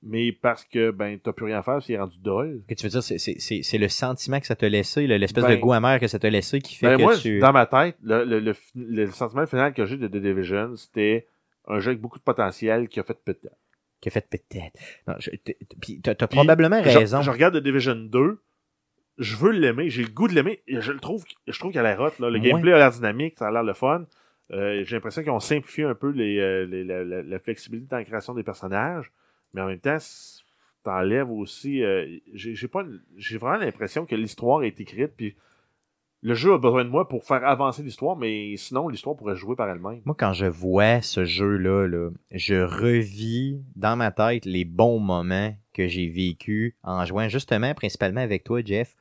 mais parce que ben t'as plus rien à faire, c'est rendu dol. que tu veux dire, c'est- c'est- c'est c'est le sentiment que ça t'a laissé, là, l'espèce de Ben, goût amer que ça t'a laissé qui fait Ben, que moi, tu... dans ma tête, le, le- le fi- le sentiment final que j'ai de The Division, c'était un jeu avec beaucoup de potentiel qui a fait peut-être. qui a fait peut-être. Non, je- t- t- Puis t'as t'as probablement Je- raison. Je, regarde The Division 2, je veux l'aimer, j'ai le goût de l'aimer, et je le trouve, je trouve qu'elle a l'air hot, là. Le Ouais. gameplay a l'air dynamique, ça a l'air le fun. Euh, j'ai l'impression qu'ils ont simplifié un peu les, euh, les- la, la- la flexibilité dans la création des personnages, mais en même temps, c- t'enlèves aussi. euh, j'ai j'ai pas, une- j'ai vraiment l'impression que l'histoire est écrite, puis le jeu a besoin de moi pour faire avancer l'histoire, mais sinon l'histoire pourrait se jouer par elle-même. Moi, quand je vois ce jeu-là, là, je revis dans ma tête les bons moments que j'ai vécu en jouant justement, principalement avec toi, Jeff,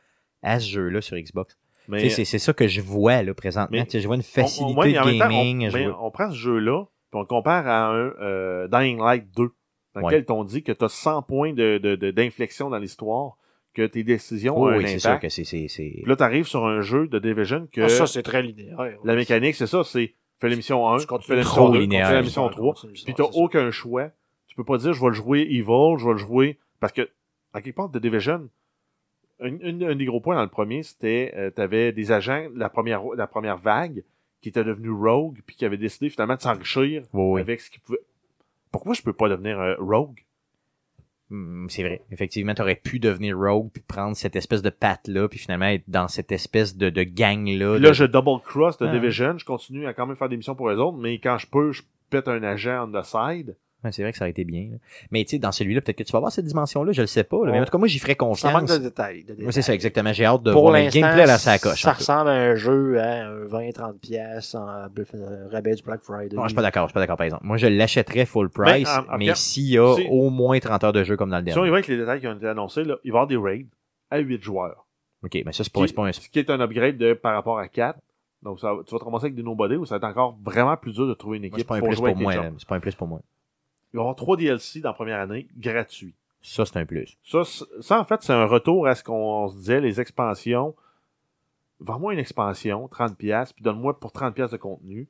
à ce jeu-là sur Xbox. Tu Mais sais, C'est c'est ça que je vois là, présentement. Mais- Tu sais, je vois une on- on- facilité ouais, mais en de même temps, on- gaming. je mais vois- on prend ce jeu-là, puis on le compare à un euh, Dying Light 2, dans Ouais. lequel on dit que tu as 100 points d'inflexion de, de, d'inflexion dans l'histoire, que tes décisions ont Oh, un oui, c'est sûr impact. que c'est- c'est. c'est- Puis là, tu arrives sur un jeu de Division que Ah, ça, c'est très linéaire. la mécanique, c'est ça, c'est fais l'émission 1, Tu continues fais l'émission trop 2, linéaire. fais l'émission 3, Ah, puis t'as aucun choix. Tu peux pas dire je vais le jouer evil, je vais le jouer. Parce que, à quelque part, The Division, un, une- un des gros points dans le premier, c'était euh, t'avais des agents, de la première, la première vague, qui étaient devenus rogue, puis qui avaient décidé finalement de s'enrichir Oui, oui. avec ce qu'ils pouvaient. Pourquoi je peux pas devenir euh, rogue? Mm, C'est vrai. Effectivement, tu aurais pu devenir rogue, puis prendre cette espèce de patte-là, puis finalement être dans cette espèce de, de gang-là. Puis là, de- je double cross The Ah. Division, je continue à quand même faire des missions pour eux autres, mais quand je peux, je pète un agent on the side. Ouais, c'est vrai que ça aurait été bien. là. Mais tu sais, dans celui-là, peut-être que tu vas voir cette dimension-là, je le sais pas. là. Mais Ouais. en tout cas, moi, j'y ferais Ça confiance. manque de détails. de Oui, c'est ça, détails. exactement. J'ai hâte de Pour voir mais le l'instant, gameplay à la sacoche. ça en tout cas. ressemble à un jeu à un 20-30$ piastres en bluff- euh, rabais du Black Friday. Non, je suis pas d'accord, je suis pas d'accord, par exemple. Moi, je l'achèterais full price, Ben, en- en mais fait, s'il y a si- au moins 30 heures de jeu comme dans le Si on y dernier. va avec les détails qui ont été annoncés, là, il va y avoir des raids à 8 joueurs. Ok, mais ça, c'est pas, c'est pas un. Ce qui est un upgrade de, par rapport à 4. Donc, ça, tu vas te ramasser avec des nobody où ça va être encore vraiment plus dur de trouver une moi, C'est équipe pas un pour plus jouer pour avec moi. les gens. là. C'est pas un plus pour moi. Il va y avoir 3 DLC dans la première année gratuits. Ça, c'est un plus. Ça, c- ça, en fait, c'est un retour à ce qu'on se disait, les expansions. Vends-moi une expansion, 30$, puis donne-moi pour 30$ de contenu.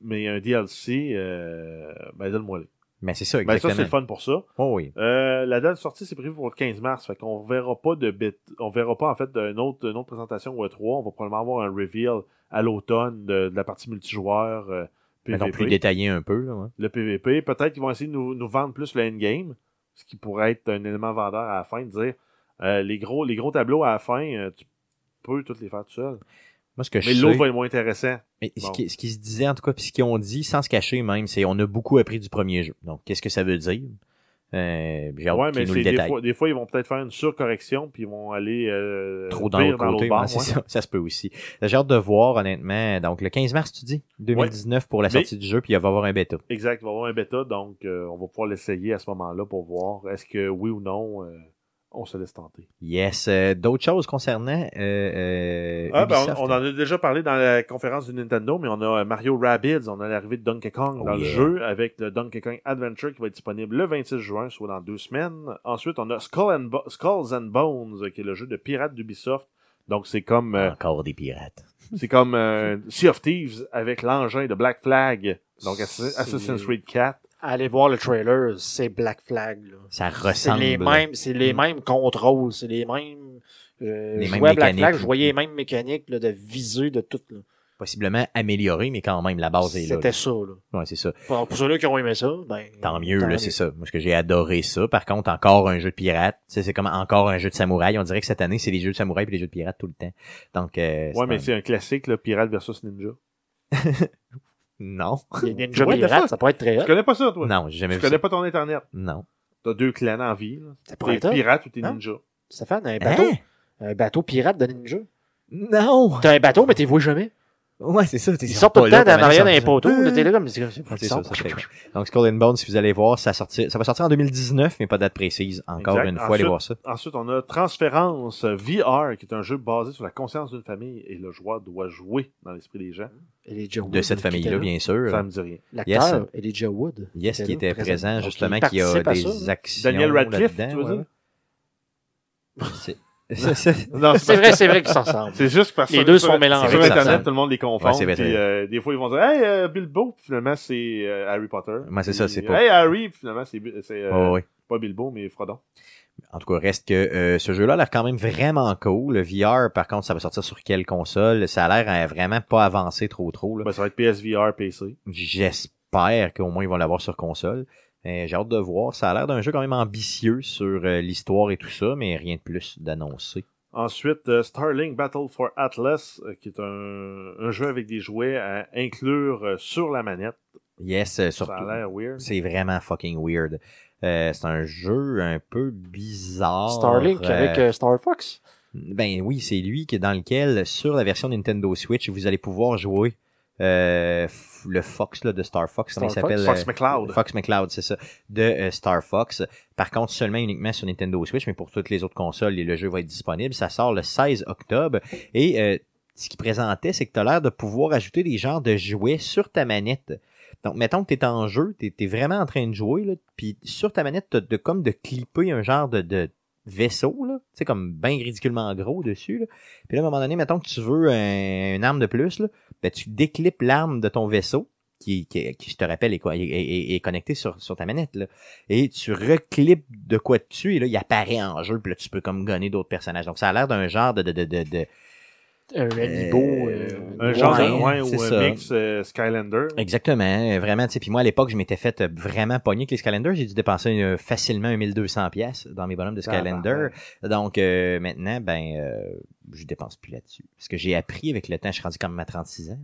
Mais un DLC, euh, ben donne-moi-le. Mais c'est ça, Ben, ça, exactement. c'est le fun pour ça. Oh oui. Euh, la date de sortie, c'est prévu pour le 15 mars. Fait qu'on verra pas de bit. On verra pas, en fait, d'une autre, une autre présentation au E3. On va probablement avoir un reveal à l'automne de, de la partie multijoueur euh, Mais non, plus PVP. détaillé un peu. Là, ouais. le PVP. Peut-être qu'ils vont essayer de nous, nous vendre plus le endgame, ce qui pourrait être un élément vendeur à la fin, de dire euh, les, gros, les gros tableaux à la fin, euh, tu peux tous les faire tout seul. Moi, ce que Mais je l'autre sais, va être moins intéressant. mais ce, bon. qui, ce qui se disait en tout cas, puis ce qu'ils ont dit, sans se cacher même, c'est on a beaucoup appris du premier jeu. Donc, qu'est-ce que ça veut dire? Euh, J'ai hâte Ouais, qu'ils mais nous c'est le des détaillent. fois, des fois, ils vont peut-être faire une surcorrection, puis ils vont aller euh, Trop dans pire l'autre côté. l'autre bord, ouais, c'est ouais. ça, ça se peut aussi. J'ai hâte de voir, honnêtement. Donc, le 15 mars, tu dis, 2019 pour la Mais- sortie du jeu, puis il va y avoir un bêta. Exact, il va y avoir un bêta, donc euh, on va pouvoir l'essayer à ce moment-là pour voir est-ce que oui ou non, euh, on se laisse tenter. Yes. Euh, D'autres choses concernant euh, euh, Ah, ben, Ubisoft? on, on en a déjà parlé dans la conférence de Nintendo, mais on a euh, Mario Rabbids, on a l'arrivée de Donkey Kong Oh dans le yeah. jeu avec le Donkey Kong Adventure qui va être disponible le 26 juin, soit dans deux semaines. Ensuite, on a Skull and Bo- Skulls and Bones, euh, qui est le jeu de pirates d'Ubisoft. Donc, c'est comme, euh, Encore des pirates. c'est comme euh, Sea of Thieves avec l'engin de Black Flag, donc Assass- C'est- Assassin's Creed 4. Allez voir le trailer, c'est Black Flag. là. Ça C'est ressemble. les mêmes, c'est les Mm. mêmes contrôles, c'est les mêmes. euh, Les je mêmes jouais à Black mécaniques, Flag, là. je voyais les mêmes mécaniques là, de visée de tout. là. Possiblement amélioré, mais quand même, la base est Ah, là. C'était ça. Là. là. Ouais, c'est ça. Pour, pour ceux-là qui ont aimé ça, ben, Tant mieux, là, c'est ça. Moi, ce que j'ai adoré ça. Par contre, encore un jeu de pirate. Tu sais, c'est comme encore un jeu de samouraï. On dirait que cette année, c'est les jeux de samouraï puis les jeux de pirate tout le temps. Donc, euh, Ouais, mais un- c'est un classique, le pirate versus ninja. Non. Les Ninja What the Pirates, fuck? ça pourrait être très Tu hot. connais pas ça, toi? Non, j'ai jamais Tu vu ça. connais pas ton internet. Non. T'as deux clans en ville. Ça pourrait T'es être hot. pirate ou t'es Hein? ninja. Ça fait un bateau, Hein? un bateau pirate de ninja. Non! T'as un bateau, mais t'es voué jamais. Ouais, c'est ça. Ils sortent tout le temps d'en arrière d'un poteau. là, T'es télé. là comme. c'est- c'est- ça, ils sortent. ça fait- Donc, Skull and Bones, si vous allez voir, ça, sorti- ça va sortir en 2019, mais pas de date précise. Encore Exact. une fois, allez Ensuite- voir ça. Ensuite, on a Transférence VR, qui est un jeu basé sur la conscience d'une famille et le joueur doit jouer dans l'esprit des gens. Et les Joe Wood, De cette qui était famille-là, là. bien sûr. Ça me dit rien. Yes. L'acteur, et les Joe Wood. Yes, était qui là, était présent. présent, Donc, justement, il qui a participe à des ça, là. actions. Daniel Radcliffe, là-dedans, tu veux ouais, dire? ouais. C'est- c'est- c'est- Non, C'est vrai, c'est vrai qu'ils s'en ressemblent. C'est juste parce que Les deux sur- sont mélangés. Sur C'est vrai, Internet, ça. tout le monde les confond. Ouais, c'est vrai, c'est puis, euh, des fois, ils vont dire Hey, euh, Bilbo, puis finalement, c'est euh, Harry Potter. Ouais, c'est ça, Puis, c'est pas- Hey, Harry, puis finalement, c'est c'est, euh, Ouais, ouais. pas Bilbo, mais Frodon. En tout cas, reste que euh, ce jeu-là a l'air quand même vraiment cool. Le VR, par contre, ça va sortir sur quelle console? Ça a l'air euh, vraiment pas avancé trop trop. là. Ben, ça va être PSVR, PC. J'espère qu'au moins ils vont l'avoir sur console. Euh, J'ai hâte de voir. Ça a l'air d'un jeu quand même ambitieux sur euh, l'histoire et tout ça, mais rien de plus d'annoncé. Ensuite, euh, Starlink Battle for Atlas, euh, qui est un, un jeu avec des jouets à inclure euh, sur la manette. Yes, euh, surtout. Ça a l'air weird. C'est vraiment fucking weird. Euh, c'est un jeu un peu bizarre. Starlink Euh, avec euh, Star Fox. Ben oui, c'est lui qui est dans lequel, sur la version Nintendo Switch, vous allez pouvoir jouer euh, f- le Fox là, de Star Fox. Comment il Star s'appelle Fox? euh, Fox McCloud. Fox McCloud, c'est ça. De euh, Star Fox. Par contre, seulement uniquement sur Nintendo Switch, mais pour toutes les autres consoles, le jeu va être disponible. Ça sort le 16 octobre. Et euh, ce qu'il présentait, c'est que tu as l'air de pouvoir ajouter des genres de jouets sur ta manette. Donc, mettons que tu es en jeu, tu es, vraiment en train de jouer, là, puis sur ta manette, tu de, comme de clipper un genre de, de vaisseau, là, tu sais, comme bien ridiculement gros dessus. Là. Puis là, à un moment donné, mettons que tu veux un- une arme de plus, là, ben, tu déclips l'arme de ton vaisseau, qui, qui, qui, je te rappelle, est, quoi, est, est- est connecté sur, sur ta manette. Là, et tu reclips de quoi dessus, et là, il apparaît en jeu, puis là, tu peux comme gonner d'autres personnages. Donc, ça a l'air d'un genre de- de- de, de, de Un Amiibo. Euh, euh, Un genre Ouais, de ouais, c'est ou ça. un mix euh, Skylander. Exactement, euh, vraiment. tu sais, Puis moi, à l'époque, je m'étais fait euh, vraiment pogner avec les Skylanders. J'ai dû dépenser euh, facilement 1200 pièces dans mes bonhommes de Skylander. Donc euh, maintenant, ben, euh, je dépense plus là-dessus. Parce que j'ai appris avec le temps, je suis rendu comme à 36 ans.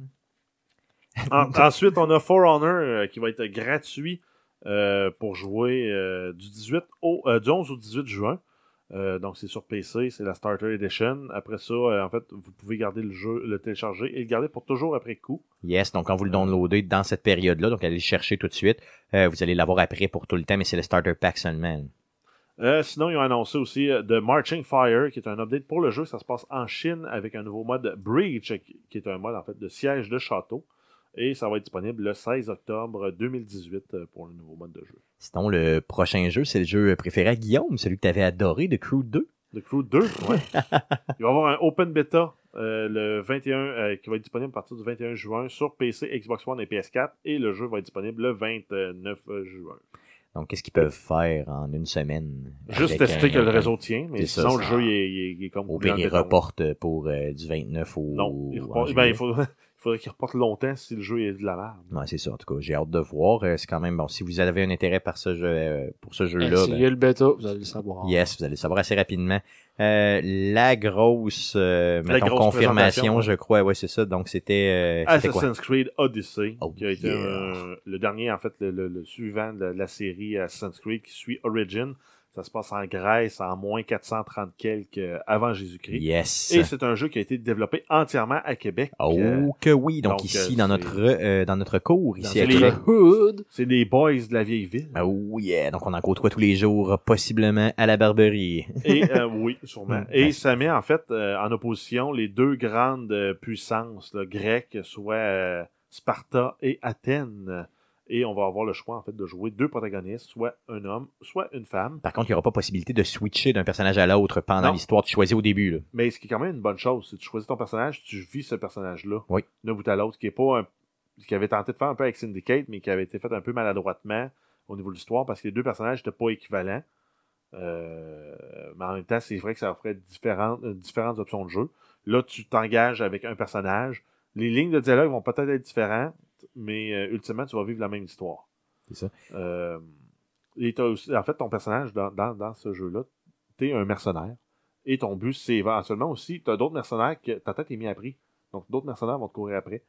En- ensuite, on a For Honor euh, qui va être gratuit euh, pour jouer euh, du, 18 au, euh, du 11 au 18 juin. Euh, donc, c'est sur PC, c'est la Starter Edition. Après ça, euh, en fait, vous pouvez garder le jeu, le télécharger et le garder pour toujours après coup. Yes, donc quand vous le downloadez dans cette période-là, donc allez le chercher tout de suite. euh, vous allez l'avoir après pour tout le temps, mais c'est le starter pack seulement. Euh, sinon, ils ont annoncé aussi euh, The Marching Fire, qui est un update pour le jeu. Ça se passe en Chine avec un nouveau mode Breach, qui qui est un mode en fait de siège de château. Et ça va être disponible le 16 octobre 2018 euh, pour le nouveau mode de jeu. Sinon, le prochain jeu, c'est le jeu préféré à Guillaume, celui que tu avais adoré de Crew 2. The Crew 2, ouais. Il va y avoir un Open Beta euh, le 21, euh, qui va être disponible à partir du 21 juin sur PC, Xbox One et PS4. Et le jeu va être disponible le 29 juin. Donc, qu'est-ce qu'ils peuvent faire en une semaine? Juste avec tester un- que le réseau tient, mais C'est ça, sinon, ça- le jeu, il est, il est- il est comme. Au pire, coulé en ils béton. reportent pour euh, du 29 au. Non, il, en reporte- ben, juillet. il, faut- il faudrait qu'il reporte longtemps si le jeu est de la merde. Ouais, c'est ça. En tout cas, j'ai hâte de voir. Euh, C'est quand même bon. Si vous avez un intérêt par ce jeu, euh, pour ce jeu-là, ben, Essayez le bêta, vous allez le savoir. yes, vous allez le savoir assez rapidement. Euh, la grosse, euh, La mettons, grosse présentation, confirmation, ouais. Ah, je crois. Ouais, c'est ça. Donc, c'était. euh, c'était quoi? Assassin's Creed Odyssey, Oh, qui a été yeah. euh, le dernier, en fait, le, le- le suivant de la, de la série Assassin's Creed qui suit Origin. Ça se passe en Grèce en moins 430 quelques euh, avant Jésus-Christ. Yes. Et c'est un jeu qui a été développé entièrement à Québec. Oh Euh, que oui, donc, donc, ici euh, dans c'est- notre euh, dans notre cours ici à les- Québec. Hood. c'est des boys de la vieille ville. Ah, Oh yeah, donc on en côtoie tous les jours, euh, possiblement à la Barberie. Et euh, oui, sûrement. Mm. Et ça met en fait euh, en opposition les deux grandes euh, puissances là, grecques, soit euh, Sparta et Athènes. Et on va avoir le choix en fait de jouer deux protagonistes, soit un homme, soit une femme. Par contre, il n'y aura pas possibilité de switcher d'un personnage à l'autre pendant Non. l'histoire. Tu choisis au début, là. Mais ce qui est quand même une bonne chose, c'est que tu choisis ton personnage, tu vis ce personnage-là Oui. d'un bout à l'autre, qui est pas un... qui avait tenté de faire un peu avec Syndicate, mais qui avait été fait un peu maladroitement au niveau de l'histoire parce que les deux personnages n'étaient pas équivalents. Euh, mais en même temps, c'est vrai que ça offrait différentes, euh, différentes options de jeu. Là, tu t'engages avec un personnage. Les lignes de dialogue vont peut-être être différentes, mais euh, ultimement, tu vas vivre la même histoire. C'est ça. Euh, et t'as aussi- en fait, ton personnage dans, dans- dans ce jeu-là, t'es un mercenaire. Et ton but, c'est éventuellement aussi, t'as d'autres mercenaires que ta tête est mise à prix. Donc, d'autres mercenaires vont te courir après.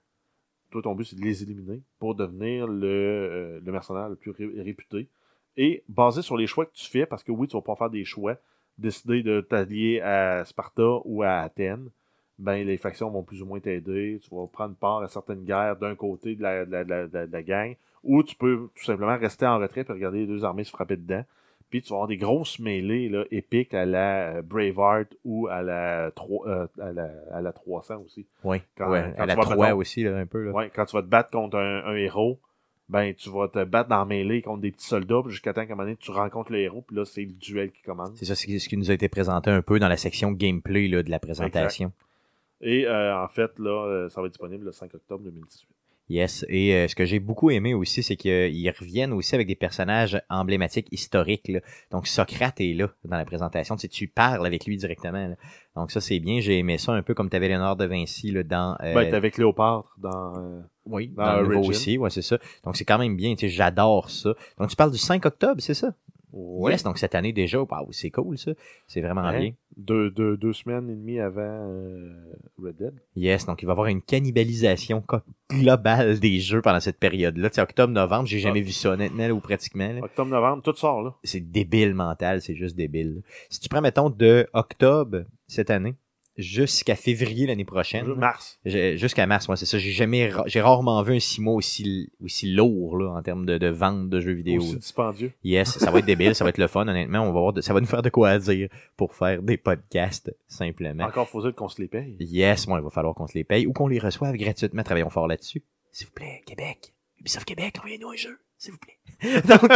Toi, ton but, c'est de les éliminer pour devenir le, euh, le mercenaire le plus ré- réputé. Et basé sur les choix que tu fais, parce que oui, tu vas pas faire des choix, décider de t'allier à Sparta ou à Athènes, ben les factions vont plus ou moins t'aider. Tu vas prendre part à certaines guerres d'un côté de la, de la- de la- de la- de la gang, ou tu peux tout simplement rester en retrait et regarder les deux armées se frapper dedans. Puis tu vas avoir des grosses mêlées là, épiques à la euh, Braveheart ou à la, trois- euh, à la, à la 300 aussi. Oui. Quand- ouais. à quand tu la vas, 3 mettons- aussi, là, un peu. Là. Ouais, quand tu vas te battre contre un, un héros, ben tu vas te battre dans la mêlée contre des petits soldats puis jusqu'à temps qu'à un moment donné, tu rencontres le héros, puis là, c'est le duel qui commence. C'est ça, c'est ce qui nous a été présenté un peu dans la section gameplay là, de la présentation. Et euh, en fait, là, euh, ça va être disponible le 5 octobre 2018. Yes. Et euh, ce que j'ai beaucoup aimé aussi, c'est qu'ils reviennent aussi avec des personnages emblématiques, historiques. là. Donc Socrate est là dans la présentation. Tu, sais, tu parles avec lui directement. là. Donc ça, c'est bien. J'ai aimé ça un peu comme tu avais Léonard de Vinci là, dans. euh, Ben, t'es avec Léopâtre dans. euh, oui, dans, dans le nouveau Origin. aussi. Ouais, c'est ça. Donc c'est quand même bien. Tu sais, J'adore ça. Donc tu parles du 5 octobre, c'est ça? ouais, Yes. Donc cette année déjà, waouh, c'est cool ça. C'est vraiment Hein? bien. deux, deux, deux semaines et demie avant euh, Red Dead. Yes, donc il va y avoir une cannibalisation co- globale des jeux pendant cette période-là. Tu sais, octobre, novembre, j'ai Ah. jamais vu ça, honnêtement, là, ou pratiquement. là. Octobre, novembre, tout sort là. C'est débile mental, c'est juste débile. Si tu prends, mettons, de octobre cette année jusqu'à février l'année prochaine, Mars. j'ai- jusqu'à mars, moi, c'est ça, j'ai jamais, ra- j'ai rarement vu un six mois aussi, aussi lourd, là, en termes de, de vente de jeux vidéo. Aussi là. dispendieux. Yes, ça va être débile, ça va être le fun, honnêtement, on va voir, de- ça va nous faire de quoi à dire pour faire des podcasts, simplement. Encore faut-il qu'on se les paye. Yes, moi, il va falloir qu'on se les paye ou qu'on les reçoive gratuitement. Travaillons fort là-dessus. S'il vous plaît, Québec. Ubisoft Québec, envoyez-nous un jeu, s'il vous plaît. Donc,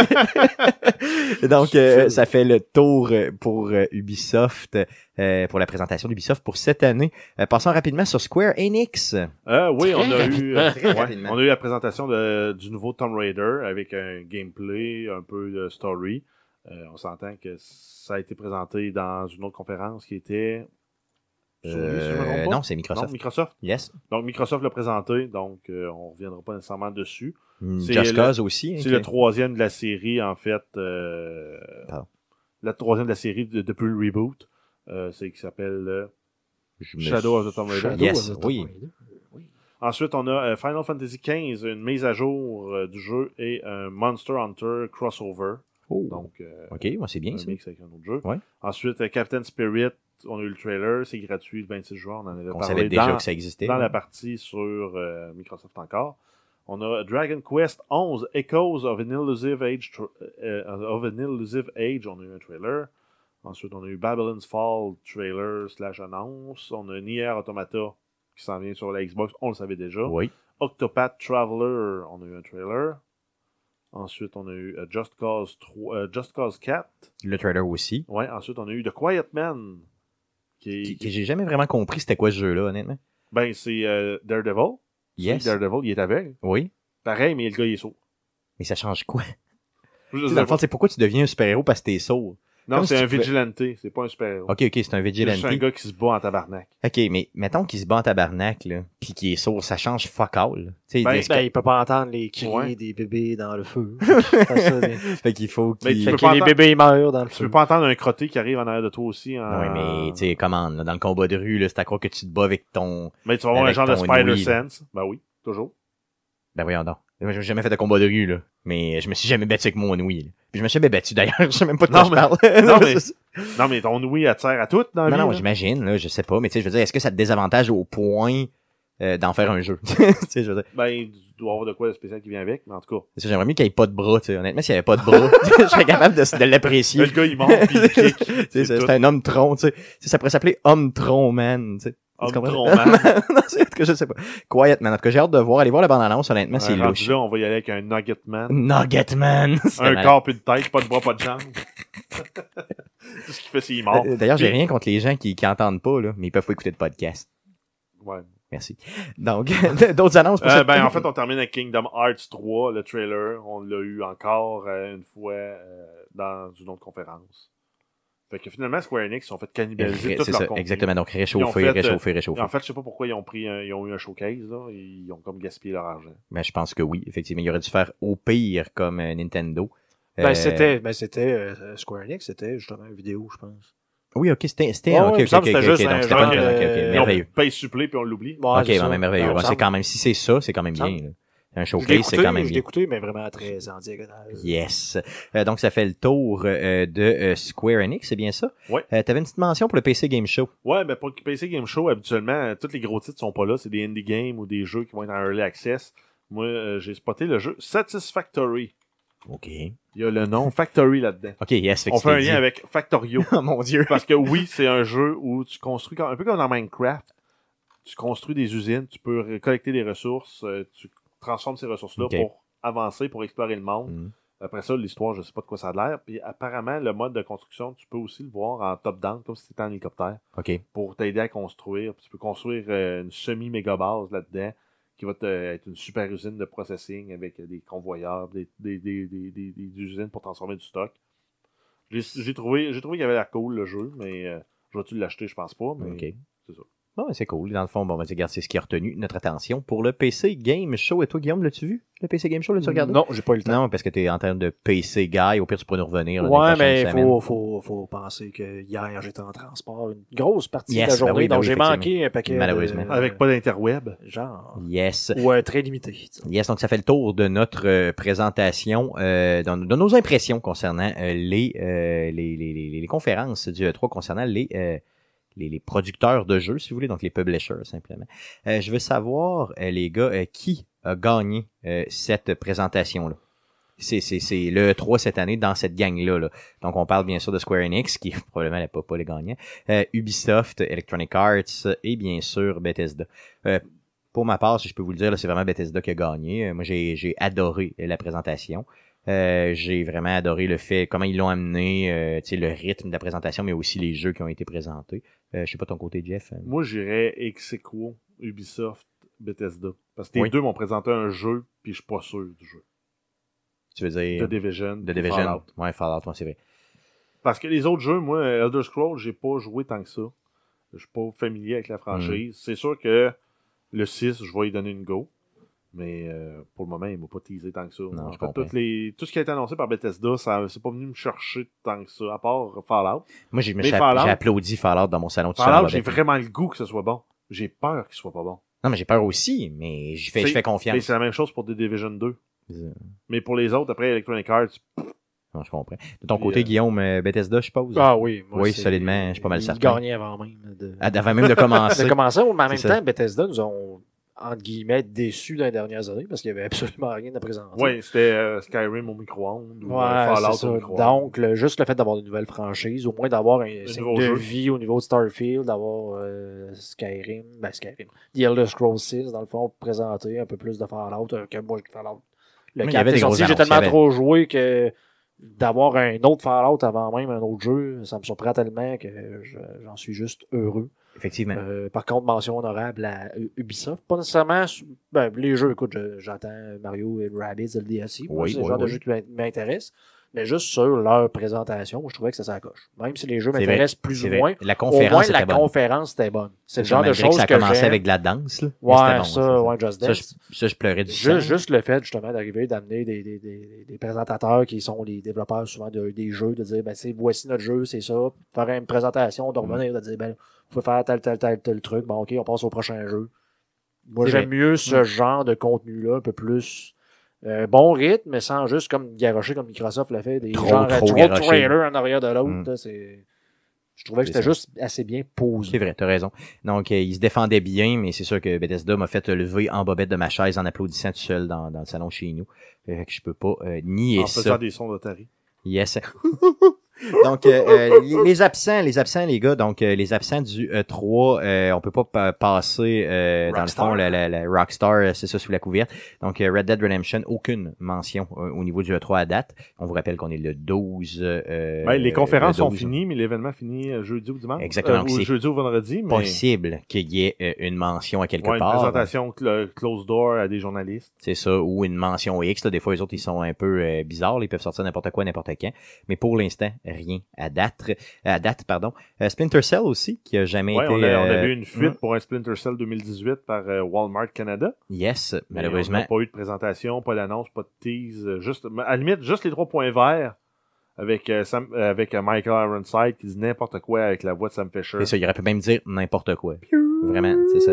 donc, euh, ça fait le tour euh, pour euh, Ubisoft, euh, pour la présentation d'Ubisoft pour cette année. Euh, passons rapidement sur Square Enix. Euh, oui, on a, Très eu, euh, Très ouais, rapidement. on a eu la présentation de- du nouveau Tomb Raider avec un gameplay, un peu de story. Euh, on s'entend que ça a été présenté dans une autre conférence qui était. Sony, si je me Euh, trompe pas? non, c'est Non, Microsoft. Microsoft. Yes. Donc Microsoft l'a présenté, donc euh, on ne reviendra pas nécessairement dessus. C'est Just le- Cause aussi. hein, C'est qui- le troisième de la série, en fait. euh, Pardon. la troisième de la série de- depuis le reboot. Euh, c'est qui s'appelle euh, je me- Shadow of the Tomb Raider. Yes, Shadow of the oui. Tomb Raider. Oui. Ensuite, on a euh, Final Fantasy XV, une mise à jour euh, du jeu, et un Monster Hunter crossover. Oh, Donc, euh, OK, moi, c'est bien un ça. mix avec un autre jeu. Ouais. Ensuite, euh, Captain Spirit, on a eu le trailer, c'est gratuit le 26 juin, on en avait On savait parlé déjà dans, que ça existait. dans la partie sur euh, Microsoft encore. On a Dragon Quest 11, Echoes of an Illusive Age, tr- euh, of an Illusive Age, on a eu un trailer. Ensuite, on a eu Babylon's Fall, trailer slash annonce. On a Nier Automata qui s'en vient sur la Xbox, on le savait déjà. Oui. Octopath Traveler, on a eu un trailer. Ensuite, on a eu euh, Just Cause 3, euh, Just Cause 4. Le trailer aussi. Ouais, ensuite, on a eu The Quiet Man. Qui, Qui- est- qui- J'ai jamais vraiment compris c'était quoi ce jeu-là, honnêtement. ben, c'est euh, Daredevil. Yes. Daredevil, il est aveugle. Oui. Pareil, mais le gars, il est sourd. Mais ça change quoi? Je Tu sais sais, Dans le pas. fond, c'est pourquoi tu deviens un super-héros parce que t'es sourd. Non, comme c'est si un tu pouvais- vigilante, c'est pas un super-héros. Ok, ok, c'est un C'est juste vigilante. un gars qui se bat en tabarnak. Ok, mais mettons qu'il se bat en tabarnak, là, pis qu'il est sourd, ça change fuck all. Tu sais, Ben, est-ce Ben, il peut pas entendre les cris Ouais. des bébés dans le feu. C'est ça, des- que- fait qu'il faut Ben, qu'il... tu Fait peux que pas les entendre- bébés ils meurent dans le Tu peux feu. pas entendre un crotté qui arrive en arrière de toi aussi. En... Ouais, mais, tu sais, commande, là, dans le combat de rue, là, c'est à croire que tu te bats avec ton... Mais tu vas avoir un Avec genre de ton ouïe, là. Spider-Sense. Ben oui, toujours. Ben voyons donc. Moi, J'ai jamais fait de combat de rue, là. Mais je me suis jamais battu avec mon ouïe, là. Puis je me suis jamais battu, d'ailleurs. Je sais même pas de quoi Non, je mais- parle. non, mais- Non, mais ton ouïe, elle te sert à tout dans la Non, vie. non, là. j'imagine, là, je sais pas, mais tu sais, je veux dire, est-ce que ça te désavantage au point euh, d'en faire un jeu? tu sais, je veux dire, Ben, tu dois avoir de quoi de spécial qui vient avec, mais en tout cas. c'est ça, j'aimerais mieux qu'il n'y ait pas de bras, tu sais. Honnêtement, s'il n'y avait pas de bras, je serais capable de, de l'apprécier. Le gars, il monte puis il kick. Tu sais, c'est c'est tout. c'est un homme tronc, tu sais. Tu sais, Ça pourrait s'appeler homme tronc, man, tu sais. Homme Tu comprends? Ah, tronc, man. non, c'est, en tout cas, je sais pas. Quiet, man. En tout cas, j'ai hâte de voir. Allez voir la bande-annonce, honnêtement, c'est Un Ah, rendu louche. là, on va y aller avec un Nugget Man. Nugget, man. C'était Un malade. corps, puis une tête, pas de bras, pas de jambes. Tout ce qu'il fait, c'est qu'il est mort. Euh, D'ailleurs, j'ai Puis- rien contre les gens qui, qui entendent pas, là, mais ils peuvent pas écouter de podcast. euh, Ouais. Merci. Donc, d'autres annonces pour Euh, cette- ben, en fait, on termine avec Kingdom Hearts 3, le trailer. On l'a eu encore euh, une fois euh, dans une autre conférence. Fait que finalement, Square Enix, ils ont fait cannibaliser tout C'est leur ça, contenu. exactement. Donc, Ils ont fait, réchauffer, euh, réchauffer, Et réchauffer. en fait, je sais pas pourquoi ils ont pris un- ils ont eu un showcase, là. Ils ont comme gaspillé leur argent. Mais je pense que oui, effectivement. Il aurait dû faire au pire comme euh, Nintendo. Ben, Euh, c'était, ben, c'était euh, Square Enix, c'était justement une vidéo, je pense. Oui, ok, c'était. c'était Ouais, ok, ouais, il me ok, semble que ok, c'était ok, juste donc un c'était pas une genre, présence, ok, ok, euh, Et on merveilleux. paye supplé puis on l'oublie. Bon, Ok, c'est ça. non, mais merveilleux. Ouais, Ouais, il me c'est semble. quand même, si c'est ça, c'est quand même Il me bien. là. Un Je l'ai showcase, c'est écouté, quand même je l'ai bien. écouté, mais vraiment très en diagonale. Yes. Euh, donc, ça fait le tour euh, de euh, Square Enix, c'est bien ça? Ouais. Euh, T'avais une petite mention pour le PC Game Show. Ouais, ben pour le PC Game Show, habituellement, euh, tous les gros titres sont pas là. C'est des indie games ou des jeux qui vont être en early access. Moi, euh, j'ai spoté le jeu Satisfactory. OK. Il y a le nom Factory là-dedans. OK, yes. fait que On fait un c'était lien dit. avec Factorio. Oh mon Dieu. Parce que oui, c'est un jeu où tu construis, comme- un peu comme dans Minecraft, tu construis des usines, tu peux récolter des ressources, euh, tu transformes ces ressources-là Ok. pour avancer, pour explorer le monde. Mhm. Après ça, l'histoire, je sais pas de quoi ça a l'air. Puis apparemment, le mode de construction, tu peux aussi le voir en top-down, comme si tu étais en hélicoptère, OK. pour t'aider à construire. Puis tu peux construire euh, une semi-méga base là-dedans, qui va te- euh, être une super usine de processing avec euh, des convoyeurs, des, des, des- des- des- des- des usines pour transformer du stock. J'ai j'ai trouvé, j'ai trouvé qu'il avait l'air cool le jeu, mais euh, je vais-tu l'acheter, je pense pas. Mais OK. c'est ça. Bon, ben, c'est cool. Dans le fond, bon, ben, regarde, c'est ce qui a retenu notre attention pour le PC Game Show. Et toi, Guillaume, l'as-tu vu? Le PC Game Show, l'as-tu regardé? Non, j'ai pas eu le temps. Non, parce que t'es en termes de PC guy. Au pire, tu pourrais nous revenir. là, dans les Ouais, prochaines mais il semaines. faut, faut, faut penser que hier, j'étais en transport une grosse partie Yes, de la ben journée, oui, ben donc oui, j'ai effectivement. manqué un paquet. Malheureusement. De, Euh, Avec pas d'interweb. Genre. Yes. Ou un très limité. tu sais. Yes, donc ça fait le tour de notre euh, présentation, euh, de, de nos impressions concernant euh, les, euh, les, les, les, les conférences du E3 concernant les, euh, les, les producteurs de jeux, si vous voulez, donc les publishers simplement. Euh, je veux savoir, euh, les gars, euh, qui a gagné euh, cette présentation-là? C'est, c'est, c'est le E3 cette année dans cette gang-là. là. Donc, on parle bien sûr de Square Enix, qui est probablement la pas, pas les gagnants, euh, Ubisoft, Electronic Arts et bien sûr Bethesda. Euh, pour ma part, si je peux vous le dire, là, c'est vraiment Bethesda qui a gagné. Euh, Moi, j'ai j'ai adoré euh, la présentation. Euh, j'ai vraiment adoré le fait, comment ils l'ont amené, euh, tu sais, le rythme de la présentation, mais aussi les jeux qui ont été présentés. Euh, je sais pas ton côté, Jeff. euh, Moi, j'irais ex aequo, Ubisoft, Bethesda. Parce que les Oui. deux m'ont présenté un jeu, puis je suis pas sûr du jeu. Tu veux The dire Division. de puis Division. Fallout. Ouais, Fallout, ouais, c'est vrai. Parce que les autres jeux, moi, Elder Scrolls, j'ai pas joué tant que ça. Je suis pas familier avec la Mm. franchise. C'est sûr que le 6, je vais y donner une go. Mais euh, pour le moment, il m'a pas teasé tant que ça. Non, je En fait, comprends. toutes les- Tout ce qui a été annoncé par Bethesda, ça c'est pas venu me chercher tant que ça, à part Fallout. Moi, j'ai me Mais suis- Fallout- j'ai applaudi Fallout dans mon salon tout Fallout, j'ai seul. vraiment le goût que ce soit bon. J'ai peur qu'il soit pas bon. Non, mais j'ai peur aussi, mais je fais, je C'est- fais Mais confiance. c'est la même chose pour The Division 2. Euh, Mais pour les autres, après Electronic Arts, Non, je comprends. De ton Puis, côté, euh, Guillaume, euh, Bethesda, je suppose. Ah oui, moi, Oui, c'est- solidement, je suis pas mal il certain. gagnait avant même de, Ah, Avant même de de commencer. commencer. Mais en même C'est ça. temps, Bethesda nous ont, entre guillemets, déçus dans les dernières années parce qu'il n'y avait absolument rien à présenter. ouais, c'était euh, Skyrim au micro-ondes ou euh, Ouais, c'est Fallout ça. au micro-ondes. Donc, le- juste le fait d'avoir une nouvelle franchise, au moins d'avoir un signe nouveau de jeu. vie au niveau de Starfield, d'avoir euh, Skyrim, ben Skyrim, The Elder Scrolls 6, dans le fond, présenté un peu plus de Fallout euh, que moi, Fallout. Mais Le il y quatre avait est des sorti, grosses j'ai annonces, il y tellement avait- trop joué que d'avoir un autre Fallout avant même un autre jeu, ça me surprend tellement que je- j'en suis juste heureux. Effectivement. Euh, par contre, mention honorable à U- Ubisoft. Pas nécessairement. su- ben, les jeux, écoute, je- j'entends Mario et Rabbids, le DLC. Moi, Oui, c'est oui, le genre de oui. jeu qui m'in- m'intéresse. mais juste sur leur présentation, moi, je trouvais que ça s'accroche. Même si les jeux vrai, m'intéressent plus C'est ou vrai. moins, La au moins conférence la était bonne. conférence était bonne. C'est le Je me genre de dirais que choses ça a que commencé j'aime. avec de la danse. Là, mais Ouais, c'était bon, ça, ouais, Just Ça, Dance. je, ça, je pleurais du sang. Juste, juste le fait, justement, d'arriver, d'amener des, des, des, des présentateurs qui sont les développeurs souvent de- des jeux, de dire, ben, c'est voici notre jeu, c'est ça. Faire une présentation, Mm. de revenir, de dire, ben, on peut faire tel, tel, tel, tel truc. Bon, OK, on passe au prochain jeu. Moi, C'est Mm. j'aime mieux ce genre de contenu-là, un peu plus euh, bon rythme, mais sans juste comme garocher comme Microsoft l'a fait, des Trop, genres trop trop garocher. trailers en arrière de l'autre. Mm. là, c'est- Je trouvais que C'est c'était ça. juste assez bien posé. C'est vrai, t'as raison. Donc, euh, il se défendait bien, mais c'est sûr que Bethesda m'a fait lever en bobette de ma chaise en applaudissant tout seul dans, dans le salon chez nous. Fait que je peux pas euh, nier en faisant ça. des sons d'Otari. Yes. donc, euh, euh, les, les absents, les absents, les gars, donc euh, les absents du E3, euh, on peut pas pa- passer, euh, dans le Rockstar. fond, la, la- la Rockstar, euh, c'est ça sous la couverte. Donc, euh, Red Dead Redemption, aucune mention euh, au niveau du E3 à date. On vous rappelle qu'on est le 12. euh, Ben, les conférences le sont 12. finies, mais l'événement finit euh, jeudi ou dimanche. Exactement, Euh, ou c'est jeudi ou vendredi, mais Possible qu'il y ait euh, une mention à quelque Ouais, une part. présentation cl- euh, close door à des journalistes. C'est ça, ou une mention X. là. Des fois, les autres, ils sont un peu euh, bizarres. là. Ils peuvent sortir n'importe quoi, n'importe quand. Mais pour l'instant, rien à date. euh, À date pardon. Euh, Splinter Cell aussi, qui a jamais Ouais, été... on, a, on a euh, vu une fuite pour un Splinter Cell 2018 par euh, Walmart Canada. Yes, Mais malheureusement. On n'a pas eu de présentation, pas d'annonce, pas de tease. euh, Juste, à la limite, juste les trois points verts avec, euh, Sam- euh, avec euh, Michael Ironside qui dit n'importe quoi avec la voix de Sam Fisher. C'est ça, il aurait pu même dire n'importe quoi. Vraiment, c'est ça.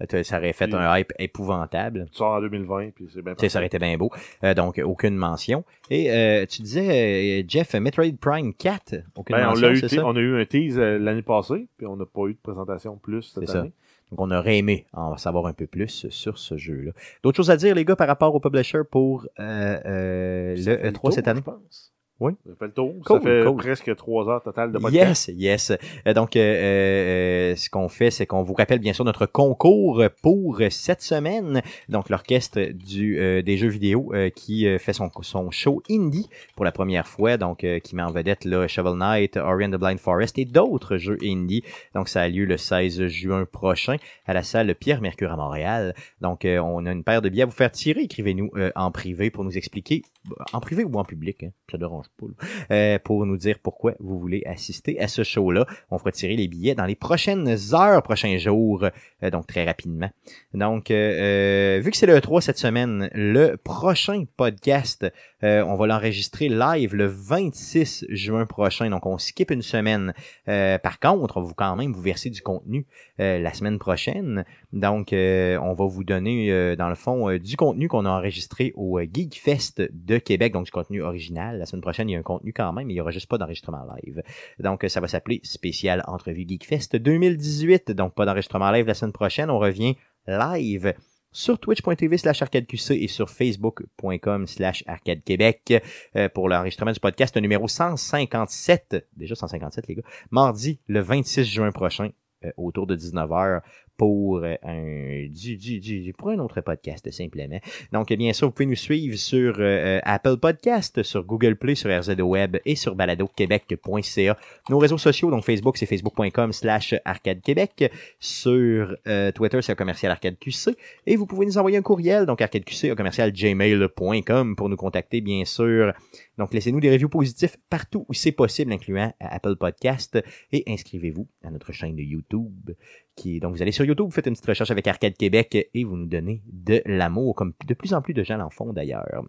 Euh, Ça aurait fait un hype épouvantable. Tu sors en 2020, puis c'est bien Tu sais, ça aurait été bien beau. Euh, donc, aucune mention. Et euh, tu disais, euh, Jeff, Metroid Prime 4, aucune Ben, on, mention, l'a eu c'est te- ça? on a eu un tease euh, l'année passée, puis on n'a pas eu de présentation plus cette C'est ça. année. Donc, on aurait aimé en savoir un peu plus sur ce jeu-là. D'autres choses à dire, les gars, par rapport au publisher pour euh, euh, Ça le fait E3 le cette tour, année? je pense. Ça fait le tour. Cool, ça fait cool. presque trois heures totales de podcast. Yes, yes. Euh, Donc, euh, euh, ce qu'on fait, c'est qu'on vous rappelle bien sûr notre concours pour cette semaine. Donc, l'orchestre du euh, des jeux vidéo euh, qui euh, fait son, son show indie pour la première fois, donc euh, qui met en vedette là, Shovel Knight, Ori and the Blind Forest et d'autres jeux indie. Donc, ça a lieu le 16 juin prochain à la salle Pierre Mercure à Montréal. Donc, euh, on a une paire de billets à vous faire tirer. Écrivez-nous euh, en privé pour nous expliquer, en privé ou en public, hein, ça dérange pas. là euh, pour nous dire pourquoi vous voulez assister à ce show-là. On fera tirer les billets dans les prochaines heures, prochains jours, euh, donc très rapidement. Donc, euh, euh, vu que c'est le 3 cette semaine, le prochain podcast, euh, on va l'enregistrer live le 26 juin prochain. Donc, on skip une semaine. Euh, par contre, on va vous- quand même vous verser du contenu euh, la semaine prochaine. Donc, euh, on va vous donner, euh, dans le fond, euh, du contenu qu'on a enregistré au euh, Geekfest de Québec, donc du contenu original. La semaine prochaine, il y a un contenu quand même, mais il n'y aura juste pas d'enregistrement live. Donc, euh, ça va s'appeler Spécial Entrevue Geekfest 2018. Donc, pas d'enregistrement live la semaine prochaine. On revient live sur twitch.tv slash arcadeqc et sur facebook.com slash arcadequebec euh, pour l'enregistrement du podcast numéro 157, déjà 157 les gars, mardi le 26 juin prochain euh, autour de 19h pour euh, un du, du, du- pour un autre podcast simplement. Donc euh, bien sûr, vous pouvez nous suivre sur euh, euh, Apple Podcast, sur Google Play, sur RZO Web et sur baladoquebec.ca. Nos réseaux sociaux, donc Facebook, c'est facebook.com slash arcade québec. Sur euh, Twitter, c'est commercial arcade QC. Et vous pouvez nous envoyer un courriel, donc arcadeqc commercial gmail.com pour nous contacter, bien sûr. Donc laissez-nous des reviews positifs partout où c'est possible, incluant à Apple Podcast. Et inscrivez-vous à notre chaîne de YouTube qui- donc vous allez sur YouTube, vous faites une petite recherche avec Arcade Québec et vous nous donnez de l'amour, comme de plus en plus de gens l'en font d'ailleurs.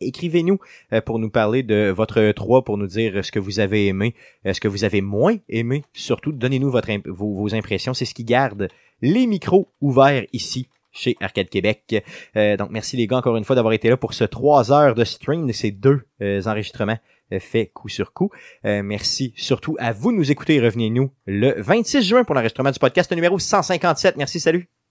Écrivez-nous euh, pour nous parler de votre 3, pour nous dire ce que vous avez aimé, euh, ce que vous avez moins aimé. Surtout, donnez-nous votre imp- vos, vos impressions. C'est ce qui garde les micros ouverts ici chez Arcade Québec. Euh, donc, merci les gars encore une fois d'avoir été là pour ce 3 heures de stream de ces deux euh, enregistrements euh, faits coup sur coup. Euh, merci surtout à vous de nous écouter. Revenez-nous le 26 juin pour l'enregistrement du podcast numéro 157. Merci, salut.